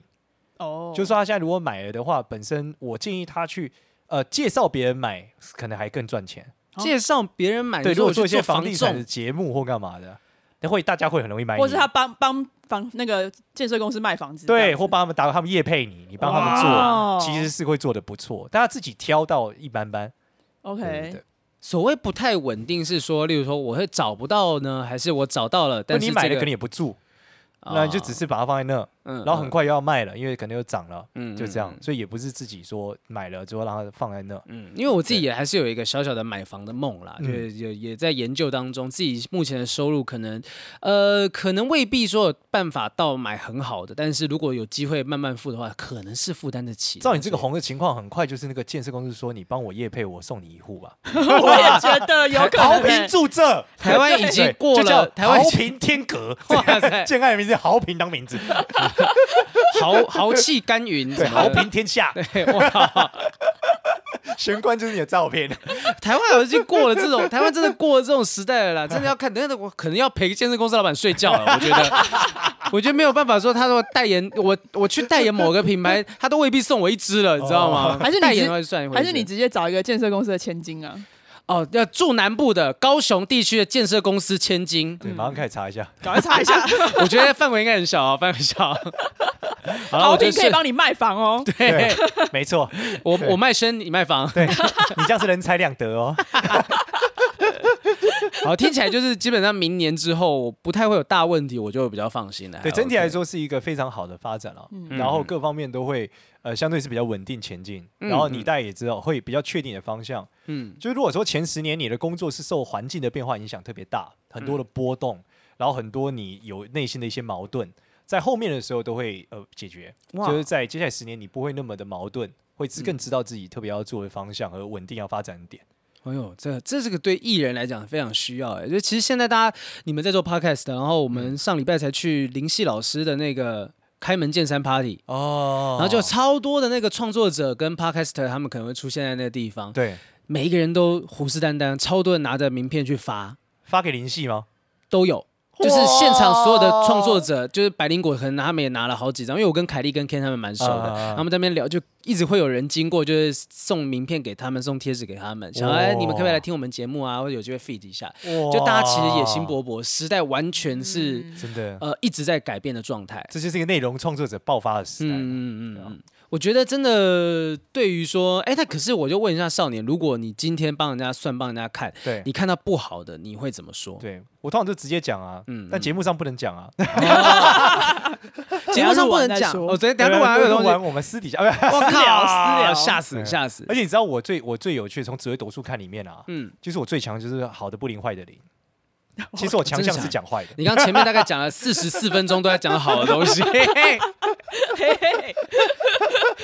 Speaker 3: 哦，
Speaker 5: 就是说他现在如果买了的话，本身我建议他去呃介绍别人买，可能还更赚钱。
Speaker 2: 介绍别人买，
Speaker 5: 对，
Speaker 2: 你说
Speaker 5: 如果
Speaker 2: 我
Speaker 5: 做一
Speaker 2: 去
Speaker 5: 些
Speaker 2: 做
Speaker 5: 房
Speaker 2: 房
Speaker 5: 地产的
Speaker 2: 仲，
Speaker 5: 节目或干嘛的，那会大家会很容易买你，
Speaker 3: 或是他帮帮房那个建设公司卖房子，这
Speaker 5: 对，
Speaker 3: 样子
Speaker 5: 或帮他们打他们业配你，你帮他们
Speaker 3: 哇
Speaker 5: 做，其实是会做的不错，但他自己挑到一般般。对对
Speaker 3: OK，
Speaker 5: 对
Speaker 2: 所谓不太稳定是说，例如说我会找不到呢，还是我找到了，
Speaker 5: 那
Speaker 2: 但是
Speaker 5: 你买
Speaker 2: 这
Speaker 5: 了
Speaker 2: 个
Speaker 5: 可能也不住，
Speaker 2: 啊
Speaker 5: 那你就只是把它放在那，
Speaker 2: 嗯
Speaker 5: 然后很快又要卖了，因为可能又涨了，
Speaker 2: 嗯
Speaker 5: 就这样
Speaker 2: 嗯，嗯
Speaker 5: 所以也不是自己说买了之后让它放在那。
Speaker 2: 嗯，因为我自己也还是有一个小小的买房的梦啦，
Speaker 5: 嗯
Speaker 2: 就是也也在研究当中，自己目前的收入可能，呃，可能未必说有办法到买很好的，但是如果有机会慢慢付的话，可能是负担得起。
Speaker 5: 照你这个红的情况，很快就是那个建设公司说你帮我业配，我送你一户
Speaker 2: [LAUGHS]
Speaker 5: 吧。
Speaker 3: 我也觉得有可
Speaker 5: 豪
Speaker 3: 能
Speaker 5: 平
Speaker 3: 欸。
Speaker 5: 住这，
Speaker 2: 台湾
Speaker 5: [LAUGHS]
Speaker 2: 已经过
Speaker 5: 就叫
Speaker 2: 了，台湾已
Speaker 5: 豪
Speaker 2: 经
Speaker 5: 平天阁，
Speaker 2: [LAUGHS] 哇
Speaker 5: [LAUGHS]
Speaker 2: 塞
Speaker 5: 建案的名字豪平当名字， [LAUGHS]
Speaker 2: 豪豪气干云，
Speaker 5: 对，
Speaker 2: 什么
Speaker 5: 豪平天下，
Speaker 2: [LAUGHS] 对哇，
Speaker 5: 玄关就是你的照片。
Speaker 2: 台湾已经过了这
Speaker 5: [LAUGHS]
Speaker 2: 种，台湾真的过了这种时代了啦，真的要看，真的我可能要陪健身公司老板睡觉了，我觉
Speaker 5: [LAUGHS]
Speaker 2: 得。我觉得没有办法说，他说代言我，我去代言某个品牌，他都未必送我一支了，你知道
Speaker 5: 哦
Speaker 2: 吗？
Speaker 3: 还是你
Speaker 2: 代言
Speaker 3: 直
Speaker 2: 的话就算一回事
Speaker 3: 还是你直接找一个建设公司的千金啊？
Speaker 2: 哦，要住南部的高雄地区的建设公司千金，
Speaker 5: 对，马上开始查一下。
Speaker 3: 赶快查一下，
Speaker 2: 我觉得范围应该很小啊，范围很小。
Speaker 3: [LAUGHS]
Speaker 2: 好了，
Speaker 3: 豪
Speaker 2: 我觉
Speaker 3: 平
Speaker 2: 得
Speaker 3: 可以
Speaker 2: 是，
Speaker 3: 帮你卖房哦。
Speaker 5: 对，没错，
Speaker 2: 我
Speaker 5: 对
Speaker 2: 我卖身，你卖房。
Speaker 5: 对你这样是人财两得哦。
Speaker 2: 好，听起来就是基本上明年之后我不太会有大问题，我就比较放心了。
Speaker 5: 对，
Speaker 2: 还
Speaker 5: 整体来
Speaker 2: 啊 OK 嗯
Speaker 5: 说是一个非常好的发展了、然后各方面都会呃相对是比较稳定前进，然后你大概也知道会比较确定你的方向。
Speaker 2: 嗯，
Speaker 5: 就是如果说前十年你的工作是受环境的变化影响特别大，很多的波
Speaker 2: 嗯
Speaker 5: 动，然后很多你有内心的一些矛盾，在后面的时候都会呃解决，
Speaker 2: 哇
Speaker 5: 就是在接下来十年你不会那么的矛盾，会知更知道自己特别要做的方向和稳定要发展的点。
Speaker 2: 哎呦，这这是个对艺人来讲非常需要哎，就其实现在大家你们在做 podcast，然后我
Speaker 5: 嗯
Speaker 2: 们上礼拜才去林夕老师的那个开门见山 party，、
Speaker 5: 哦
Speaker 2: 然后就超多的那个创作者跟 podcaster 他们可能会出现在那个地方，
Speaker 5: 对
Speaker 2: 每一个人都虎视眈眈，超多人拿着名片去发，
Speaker 5: 发给林夕吗？
Speaker 2: 都有。就是现场所有的创作者，就是百灵果，可能他们也拿了好几张，因为我跟凯莉跟 Ken 他们蛮熟的，
Speaker 5: 啊
Speaker 2: 他们在那边聊，就一直会有人经过，就是送名片给他们，送贴纸给他们，想哎、你们可不可以来听我们节目啊？或者有机会 feed 一下，就大家其实野心勃勃，时代完全是、
Speaker 5: 真的，
Speaker 2: 呃一直在改变的状态。
Speaker 5: 这就是一个内容创作者爆发的时代。
Speaker 2: 嗯嗯
Speaker 5: 对
Speaker 2: 嗯
Speaker 5: 啊
Speaker 2: 嗯，我觉得真的对于说，哎，那可是我就问一下少年，如果你今天帮人家算帮人家看，
Speaker 5: 对
Speaker 2: 你看到不好的，你会怎么说？
Speaker 5: 对我通常就直接讲啊，
Speaker 2: 哦嗯
Speaker 5: 但节目上不能讲啊。
Speaker 2: 节目上不能
Speaker 3: 等一下
Speaker 2: 讲，
Speaker 3: 录完再说
Speaker 2: 我昨天等一
Speaker 5: [LAUGHS]
Speaker 2: 下录完还
Speaker 5: 对
Speaker 2: 有东
Speaker 5: 录
Speaker 2: 西，
Speaker 5: 完我们私底下， [LAUGHS] 啊
Speaker 2: 我
Speaker 3: 私
Speaker 2: [LAUGHS]
Speaker 3: 聊私
Speaker 2: 靠，
Speaker 3: 聊
Speaker 2: 吓死吓死
Speaker 5: 不！而且你知道我最我最有趣的，从紫微斗数看里面啊，
Speaker 2: 嗯，
Speaker 5: 就是我最强就是好的不灵，坏的
Speaker 2: [LAUGHS]
Speaker 5: 灵。其
Speaker 2: 哦
Speaker 5: 实我强项是讲坏的，
Speaker 2: [LAUGHS] 你刚前面大概讲了四十四分钟都在讲好的东 [LAUGHS] 西，
Speaker 3: 嘿嘿嘿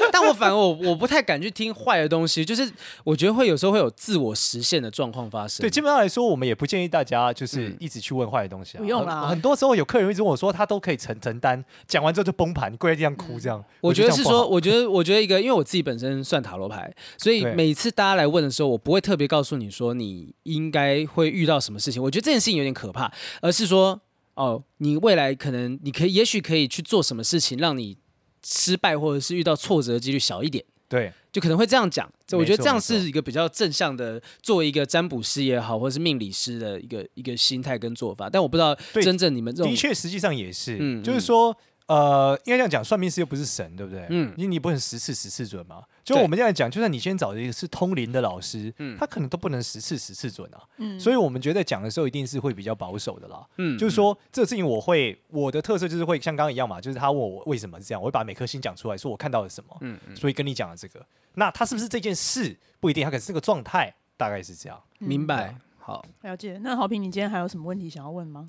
Speaker 2: 但我反而我我不太敢去听坏的东西，就是我觉得会有时候会有自我实现的状况发生。
Speaker 5: 对，基本上来说，我们也不建议大家
Speaker 2: 嗯
Speaker 5: 就是一直去问坏的东西、啊。
Speaker 3: 不用
Speaker 5: 很
Speaker 3: 啦
Speaker 5: 很多时候有客人一直问我说，他都可以承承担，讲完之后就崩盘，跪在地上哭这样。
Speaker 2: 嗯我觉得
Speaker 5: 这
Speaker 2: 是
Speaker 5: 样不好
Speaker 2: 说，，我觉得我觉得一个，因为我自己本身算塔罗牌，所以
Speaker 5: 对
Speaker 2: 每次大家来问的时候，我不会特别告诉你说你应该会遇到什么事情。我觉得这件事情有点可怕，而是说，哦，你未来可能你可以，也许可以去做什么事情，让你失败或者是遇到挫折的几率小一点。
Speaker 5: 对
Speaker 2: 就可能会这样讲，这我觉得
Speaker 5: 没错
Speaker 2: 这样
Speaker 5: 没错
Speaker 2: 是一个比较正向的，作为一个占卜师也好，或者是命理师的一个一个心态跟做法。但我不知道
Speaker 5: 对
Speaker 2: 真正你们这种
Speaker 5: 的确，实际上也是，
Speaker 2: 嗯
Speaker 5: 就是说，呃，应该这样讲，算命师又不是神，对不对？
Speaker 2: 嗯
Speaker 5: 你你不能十次十次准嘛？就
Speaker 2: 对嗯
Speaker 5: 我们这样讲，就算你今天找的一个是通灵的老师，他可能都不能十次十次准啊。所以我们觉得讲的时候一定是会比较保守的啦。
Speaker 2: 嗯
Speaker 5: 就是说这个事情我会我的特色就是会像刚刚一样嘛，就是他问我为什么是这样，我会把每颗星讲出来，说我看到了什么，
Speaker 2: 嗯
Speaker 5: 所以跟你讲了这个。那他是不是这件事不一定，他可能是这个状态，大概是这样。
Speaker 2: 明
Speaker 5: 嗯
Speaker 2: 白。好，
Speaker 3: 了解。那好评，你今天还有什么问题想要问吗？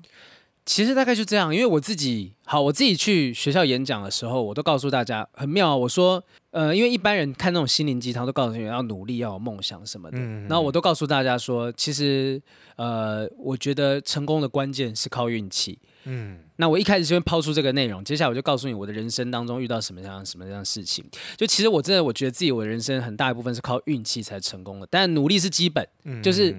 Speaker 2: 其实大概就这样，因为我自己好，我自己去学校演讲的时候，我都告诉大家很妙啊、我说，呃，因为一般人看那种心灵鸡汤，都告诉你要努力，要有梦想什么的。
Speaker 5: 嗯
Speaker 2: 然后我都告诉大家说，其实，呃，我觉得成功的关键是靠运气。
Speaker 5: 嗯，
Speaker 2: 那我一开始就会抛出这个内容，接下来我就告诉你我的人生当中遇到什么样什么样的事情。就其实我真的我觉得自己我的人生很大一部分是靠运气才成功的，但努力是基本，
Speaker 5: 嗯
Speaker 2: 就是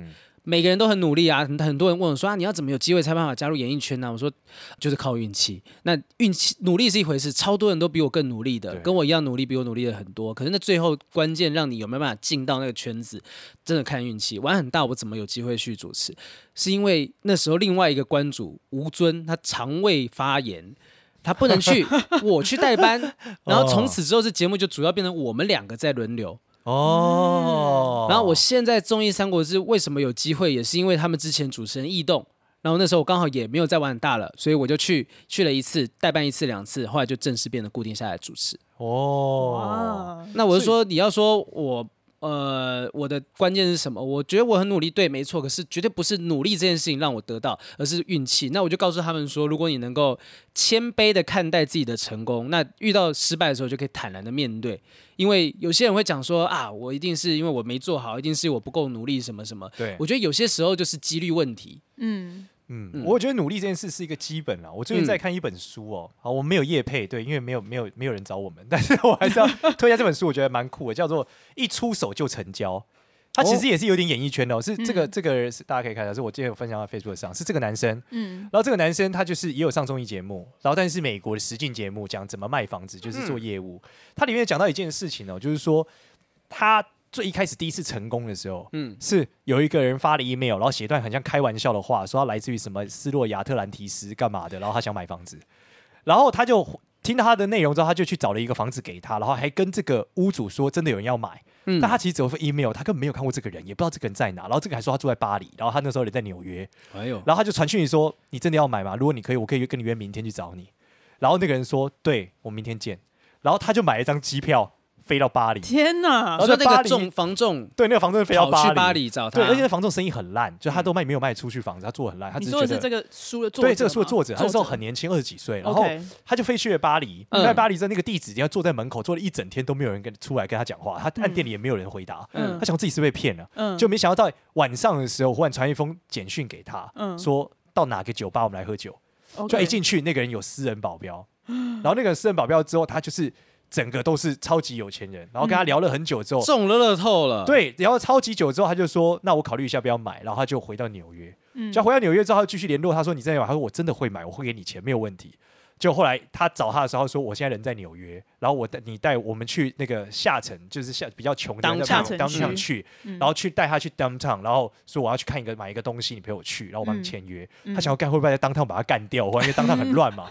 Speaker 2: 每个人都很努力啊。很很多人问我说啊，你要怎么有机会才办法加入演艺圈啊呢、我说就是靠运气。那运气努力是一回事，超多人都比我更努力的，
Speaker 5: 对
Speaker 2: 跟我一样努力，比我努力的很多。可是那最后关键让你有没有办法进到那个圈子，真的看运气。玩很大，我怎么有机会去主持？是因为那时候另外一个关主吴尊他肠胃发炎。他不能去， [LAUGHS] 我去代班，然后从此之后，这节目就主要变成我们两个在轮流。
Speaker 5: 哦。
Speaker 2: 嗯然后我现在综艺《三国志》为什么有机会，也是因为他们之前主持人异动，然后那时候我刚好也没有在玩很大了，所以我就去去了一次，代办一次两次，后来就正式变得固定下来主持。
Speaker 5: 哦，
Speaker 3: 哇，
Speaker 2: 那我就说，你要说我呃，我的关键是什么？我觉得我很努力，对，没错，可是绝对不是努力这件事情让我得到，而是运气。那我就告诉他们说，如果你能够谦卑的看待自己的成功，那遇到失败的时候就可以坦然的面对。因为有些人会讲说啊，我一定是因为我没做好，一定是我不够努力，什么什么。
Speaker 5: 对
Speaker 2: 我觉得有些时候就是几率问题。
Speaker 3: 嗯，
Speaker 5: 嗯，我觉得努力这件事是一个基本啦。我最近在看一本书哦，好，我们没有业配，对，因为没有没有没有人找我们， [LAUGHS] 但是我还是要推荐这本书，我觉得蛮酷的，叫做《一出手就成交》。它其实也是有点演艺圈的、哦，是这个、这个是大家可以看到，是我之前有分享到 Facebook 上，是这个男生，嗯，然后这个男生他就是也有上综艺节目，然后但是美国的实境节目讲怎么卖房子，就是做业务，它里面有讲到一件事情哦，就是说他最一开始第一次成功的时候，嗯，是有一个人发了 email，然后写一段很像开玩笑的话，说他来自于什么斯洛亚特兰提斯干嘛的，然后他想买房子，然后他就听到他的内容之后，他就去找了一个房子给他，然后还跟这个屋主说真的有人要买。但他其实只有份 email，他根本没有看过这个人，也不知道这个人在哪。然后这个还说他住在巴黎，然后他那时候人在纽约，
Speaker 2: 哎呦，
Speaker 5: 然后他就传讯息说：“你真的要买吗？如果你可以，我可以跟你约明天去找你。”然后那个人说：“对，我明天见。”然后他就买了一张机票飞到巴黎，
Speaker 3: 天哪！
Speaker 5: 后
Speaker 2: 说
Speaker 5: 在
Speaker 2: 那
Speaker 5: 巴
Speaker 2: 个
Speaker 5: 黎
Speaker 2: 重房重
Speaker 5: 对，那个房东飞到
Speaker 2: 跑
Speaker 5: 巴
Speaker 2: 去
Speaker 5: 黎，
Speaker 2: 巴
Speaker 3: 啊
Speaker 2: 黎找他，
Speaker 5: 对，而且那房仲生意很烂，就他都卖没有卖出去房子，他做得很烂，他只
Speaker 3: 嗯你
Speaker 5: 是
Speaker 3: 说
Speaker 5: 觉
Speaker 3: 的是
Speaker 5: 得
Speaker 3: 这个书的作者吗？
Speaker 5: 对这个书的作者，他那时候很
Speaker 3: 作
Speaker 5: 年轻，二十几岁，
Speaker 3: 者
Speaker 5: 然后
Speaker 3: OK
Speaker 5: 他就飞去了巴黎，
Speaker 2: 嗯
Speaker 5: 在巴黎在那个地址，然后坐在门口坐了一整天都没有人跟出来跟他讲话，他按店里也没有人回答，
Speaker 3: 嗯
Speaker 5: 他想自己是被骗了，
Speaker 3: 嗯
Speaker 5: 就没想到到晚上的时候忽然传一封简讯给他，
Speaker 3: 嗯
Speaker 5: 说到哪个酒吧我们来喝酒，就
Speaker 3: OK
Speaker 5: 一进去那个人有私人保镖， [GASPS] 然后那个私人保镖之后他就是整个都是超级有钱人，然后跟他聊了很久之后，
Speaker 2: 中了乐透了。
Speaker 5: 对，然后超级久之后，他就说：“那我考虑一下，不要买。”然后他就回到纽约。
Speaker 3: 嗯
Speaker 5: 就他回到纽约之后，他就继续联络他说：“你真的买？”他说：“我真的会买，我会给你钱，没有问题。”就后来他找他的时候，他说：“我现在人在纽约，然后我带你带我们去那个下层，就是下比较穷的那个
Speaker 2: Downtown
Speaker 5: 当
Speaker 3: 区嗯
Speaker 5: 上去，然后去带他去 downtown，然后说我要去看一个买一个东西，你陪我去，然后我帮你
Speaker 3: 嗯
Speaker 5: 签约。他想要干会不会在 downtown 把他干掉？或者因为 downtown 很
Speaker 3: [LAUGHS]
Speaker 5: 乱嘛，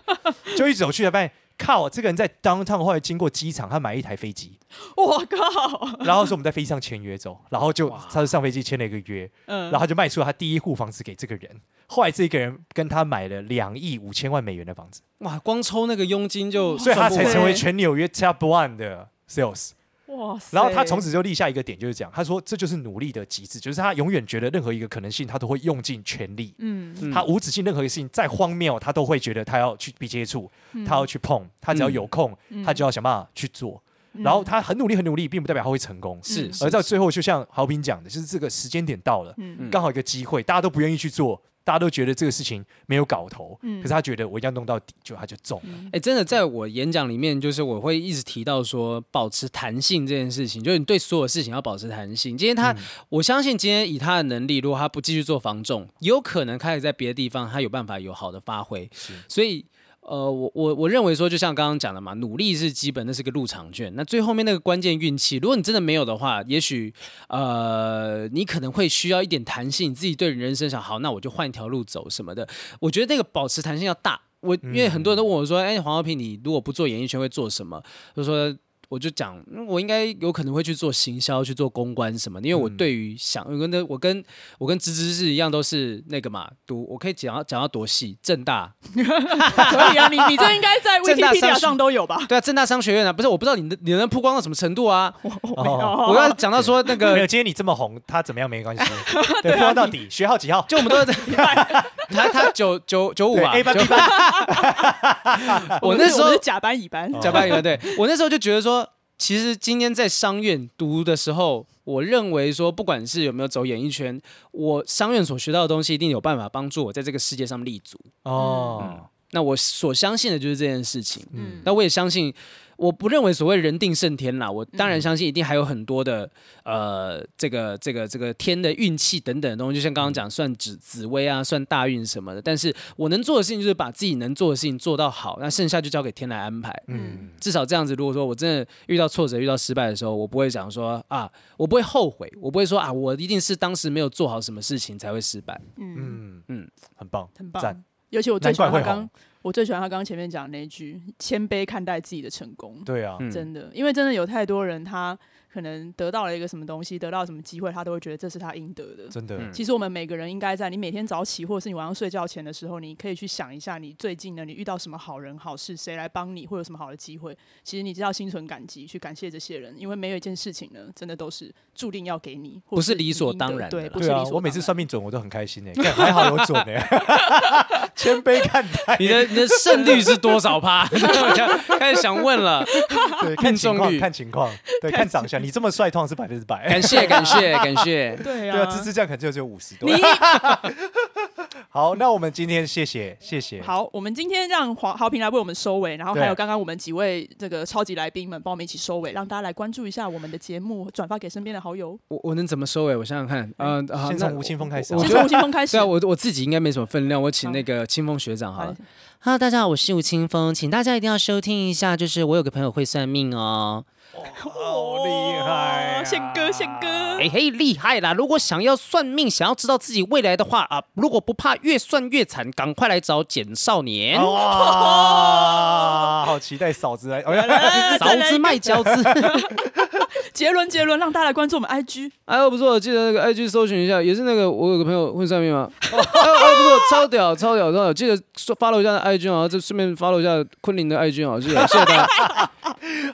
Speaker 5: 就一直走去才发现，靠，这个人在 downtown 后来经过机场，他买一台飞机。”
Speaker 3: 我靠，
Speaker 5: 然后是我们在飞机上签约走，然后就他就上飞机签了一个约，
Speaker 3: 嗯
Speaker 5: 然后他就卖出了他第一户房子给这个人。后来这个人跟他买了两亿五千万美元的房子，
Speaker 2: 哇，光抽那个佣金就
Speaker 5: 所以他
Speaker 2: 赚不
Speaker 5: 才
Speaker 2: 回
Speaker 5: 成为
Speaker 3: 对
Speaker 5: 全纽约 top one 的 sales。
Speaker 3: 哇塞！
Speaker 5: 然后他从此就立下一个点，就是讲，他说这就是努力的极致，就是他永远觉得任何一个可能性，他都会用尽全力。
Speaker 3: 嗯
Speaker 2: 嗯
Speaker 5: 他无止境任何一个事情再荒谬，他都会觉得他要去去接触，
Speaker 2: 嗯
Speaker 5: 他要去碰，他只要有空，他就要想办法去做。然后他很努力，很努力，并不代表他会成功。
Speaker 2: 嗯
Speaker 5: 嗯
Speaker 2: 是是
Speaker 5: 而到最后，就像豪平讲的，就是这个时间点到了，
Speaker 3: 嗯
Speaker 5: 刚好一个机会，大家都不愿意去做，大家都觉得这个事情没有搞头，
Speaker 3: 嗯
Speaker 5: 可是他觉得我一定要弄到底，就他就中了。
Speaker 2: 哎、真的，在我演讲里面，就是我会一直提到说，保持弹性这件事情，就是你对所有事情要保持弹性。今天他，我相信今天以他的能力，如果他不继续做防重，有可能开始在别的地方，他有办法有好的发挥。所以。呃，我我我认为说，就像刚刚讲的嘛，努力是基本，那是个入场券。那最后面那个关键运气，如果你真的没有的话，也许呃，你可能会需要一点弹性，你自己对人生想好，那我就换一条路走什么的。我觉得那个保持弹性要大，我
Speaker 1: 嗯
Speaker 2: 因为很多人都问我说，哎、黄浩平，你如果不做演艺圈会做什么？就说。我就讲，嗯我应该有可能会去做行销，去做公关什么的，因
Speaker 1: 嗯
Speaker 2: 为我对于想，我跟那我跟我跟芝芝是一样，都是那个嘛，读我可以讲到讲到多细，正大
Speaker 3: 可以啊，你你这应该在
Speaker 2: 正大
Speaker 3: Wikipedia
Speaker 2: 商
Speaker 3: 上都有吧？
Speaker 2: 对啊，正大商学院啊，不是我不知道你的你能曝光到什么程度啊，
Speaker 1: 哦
Speaker 2: 我刚才讲到说那
Speaker 1: 没有，
Speaker 2: 个，啊
Speaker 1: 今天你这么红，他怎么样没关系，对，播到底，学号几号？
Speaker 2: [LAUGHS] 就我们都在他他九九九五
Speaker 1: 对
Speaker 2: 啊
Speaker 1: A 班
Speaker 2: 九
Speaker 1: B 班，
Speaker 2: [LAUGHS] 我
Speaker 3: 们
Speaker 2: 那
Speaker 3: 是
Speaker 2: 时
Speaker 3: 我们
Speaker 2: 候哦
Speaker 3: 是甲班乙班，
Speaker 2: [LAUGHS] 加班一个，对我那时候就觉得说，其实今天在商院读的时候，我认为说，不管是有没有走演艺圈，我商院所学到的东西，一定有办法帮助我在这个世界上立足。
Speaker 1: 哦，
Speaker 2: 那我所相信的就是这件事情。
Speaker 3: 嗯
Speaker 2: 那我也相信，我不认为所谓人定胜天啦，我当然相信一定还有很多的呃，这个这个这个天的运气等等的东西，就像刚刚讲算紫紫薇啊，算大运什么的。但是我能做的事情就是把自己能做的事情做到好，那剩下就交给天来安排。
Speaker 1: 嗯，
Speaker 2: 至少这样子，如果说我真的遇到挫折、遇到失败的时候，我不会讲说啊，我不会后悔，我不会说啊，我一定是当时没有做好什么事情才会失败。
Speaker 3: 嗯，
Speaker 1: 嗯嗯
Speaker 2: 嗯，
Speaker 1: 很棒，
Speaker 3: 很
Speaker 1: 赞
Speaker 3: 棒。尤其我最喜欢他
Speaker 1: 难怪会
Speaker 3: 刚
Speaker 1: 红，
Speaker 3: 我最喜欢他刚前面讲的那一句“谦卑看待自己的成功
Speaker 1: 对啊，”，
Speaker 2: 嗯
Speaker 3: 真的，因为真的有太多人他可能得到了一个什么东西，得到什么机会，他都会觉得这是他应得的。
Speaker 1: 真的，
Speaker 2: 嗯
Speaker 3: 其实我们每个人应该在你每天早起，或者是你晚上睡觉前的时候，你可以去想一下，你最近呢，你遇到什么好人好事，谁来帮你，或有什么好的机会。其实你知道心存感激，去感谢这些人，因为没有一件事情呢，真的都是注定要给你，或
Speaker 2: 不
Speaker 3: 者
Speaker 2: 是理
Speaker 3: 你
Speaker 2: 所
Speaker 3: 应得
Speaker 2: 当然的
Speaker 3: 对，
Speaker 2: 啦
Speaker 3: 不是
Speaker 1: 对
Speaker 3: 理所
Speaker 1: 啊
Speaker 3: 当，然。
Speaker 1: 我每次算命准我都很开心哎，干还好有准哎， [LAUGHS] 谦卑看
Speaker 2: [LAUGHS]
Speaker 1: 待，
Speaker 2: 你的你的胜率是多少趴？ [LAUGHS] 我想开始想问了，
Speaker 1: 对，看
Speaker 2: 命
Speaker 1: 情
Speaker 2: 中
Speaker 1: 况，
Speaker 2: 率
Speaker 1: 看情 [LAUGHS] 况，对，看长相，你这么帅，通常是百分之百，
Speaker 2: 感谢感谢感谢，
Speaker 3: 对
Speaker 1: [LAUGHS] 对
Speaker 3: 啊
Speaker 1: 啊，，芝芝这样可能就只有五十多
Speaker 3: 你。
Speaker 1: [LAUGHS] 好，那我们今天谢谢谢谢，
Speaker 3: 好，我们今天让黄豪平来为我们收尾，然后还
Speaker 1: 对
Speaker 3: 有刚刚我们几位这个超级来宾们帮我们一起收尾，让大家来关注一下我们的节目，转发给身边的好友。
Speaker 2: 我我能怎么收尾？我想想看，呃，好
Speaker 1: 先从
Speaker 2: 那
Speaker 1: 吴青峰开始
Speaker 2: 我
Speaker 1: 好
Speaker 2: 我
Speaker 3: 先
Speaker 2: 觉
Speaker 3: 从
Speaker 2: 得
Speaker 3: 吴清峰开始
Speaker 2: 对啊，。我我自己应该没什么分量，我请
Speaker 3: 好
Speaker 2: 那个清风学长好了
Speaker 3: 好。
Speaker 2: Hello，大家啊好，我是吴清风，请大家一定要收听一下，就是我有个朋友会算命哦。
Speaker 1: 好厉害啊
Speaker 3: 宪哥，宪哥
Speaker 2: 哎、，嘿，厉害啦！如果想要算命，想要知道自己未来的话啊，如果不怕越算越惨，赶快来找简少年。
Speaker 1: 啊哇，好期待嫂子来，哎呀，
Speaker 3: 来
Speaker 2: 勺子卖饺子，
Speaker 3: 杰伦，杰伦，让大家来关注我们 IG。
Speaker 2: [LAUGHS] 哎，不错，我记得那个 IG 搜寻一下，也是那个我有个朋友会算命吗？哎哎，不错，超屌，超屌，超屌！记得说 follow 一下 IG 啊，就顺便 follow 一下昆凌的 IG 啊，谢谢谢谢大家。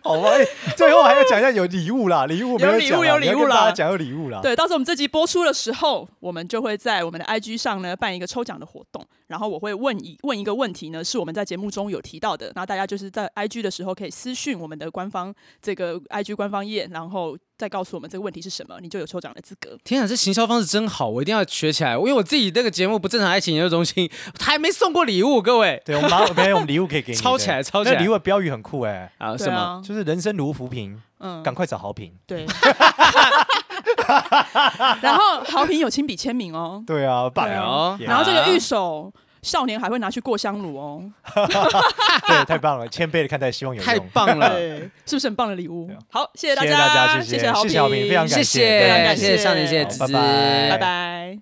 Speaker 1: 好吧，哎最后还要讲一下有礼物啦，礼物没
Speaker 5: 啊
Speaker 3: 有礼
Speaker 1: 讲
Speaker 3: 物
Speaker 1: 啦，
Speaker 3: 有
Speaker 1: 你要
Speaker 3: 礼
Speaker 1: 跟
Speaker 3: 物啦
Speaker 1: 大家讲有礼物啦，
Speaker 3: 对，到时候我们这集播出的时候，我们就会在我们的 IG 上呢办一个抽奖的活动，然后我会问一问一个问题呢，是我们在节目中有提到的，那大家就是在 IG 的时候可以私讯我们的官方这个 IG 官方页，然后再告诉我们这个问题是什么，你就有抽奖的资格。
Speaker 2: [LAUGHS] 天啊，这行销方式真好，我一定要学起来，因为我自己那个节目不正常爱情研究中心还没送过礼物，各位
Speaker 1: 对，我们马上没有我们礼物可以给你的，
Speaker 2: 抄起来抄起来
Speaker 1: 那礼物的标语很酷哎，
Speaker 2: 啊
Speaker 3: 对
Speaker 2: 什么？
Speaker 3: 啊，
Speaker 1: 就是人生如浮萍，
Speaker 3: 嗯
Speaker 1: 赶快找好评。
Speaker 3: 对。然后好评有亲笔签名哦，
Speaker 1: 对啊，棒
Speaker 5: 哎
Speaker 3: 对
Speaker 1: 啊，
Speaker 2: 哦，
Speaker 1: Yeah
Speaker 3: 然后这个玉手少年还会拿去过香炉哦，
Speaker 1: 对，太棒了，谦卑的看待，希望有用。
Speaker 2: 太棒了。 [LAUGHS]
Speaker 3: 对，是不是很棒的礼物
Speaker 1: 对啊？
Speaker 3: 好，谢谢大
Speaker 1: 谢谢大家谢谢
Speaker 3: 谢好
Speaker 1: 谢谢好评非常感
Speaker 2: 谢
Speaker 1: 谢非常
Speaker 2: 谢，
Speaker 3: 感
Speaker 2: 谢谢
Speaker 3: 谢
Speaker 2: 少年，谢谢
Speaker 1: 好
Speaker 2: 芝
Speaker 1: 拜
Speaker 2: 芝，
Speaker 1: 拜
Speaker 3: 拜拜。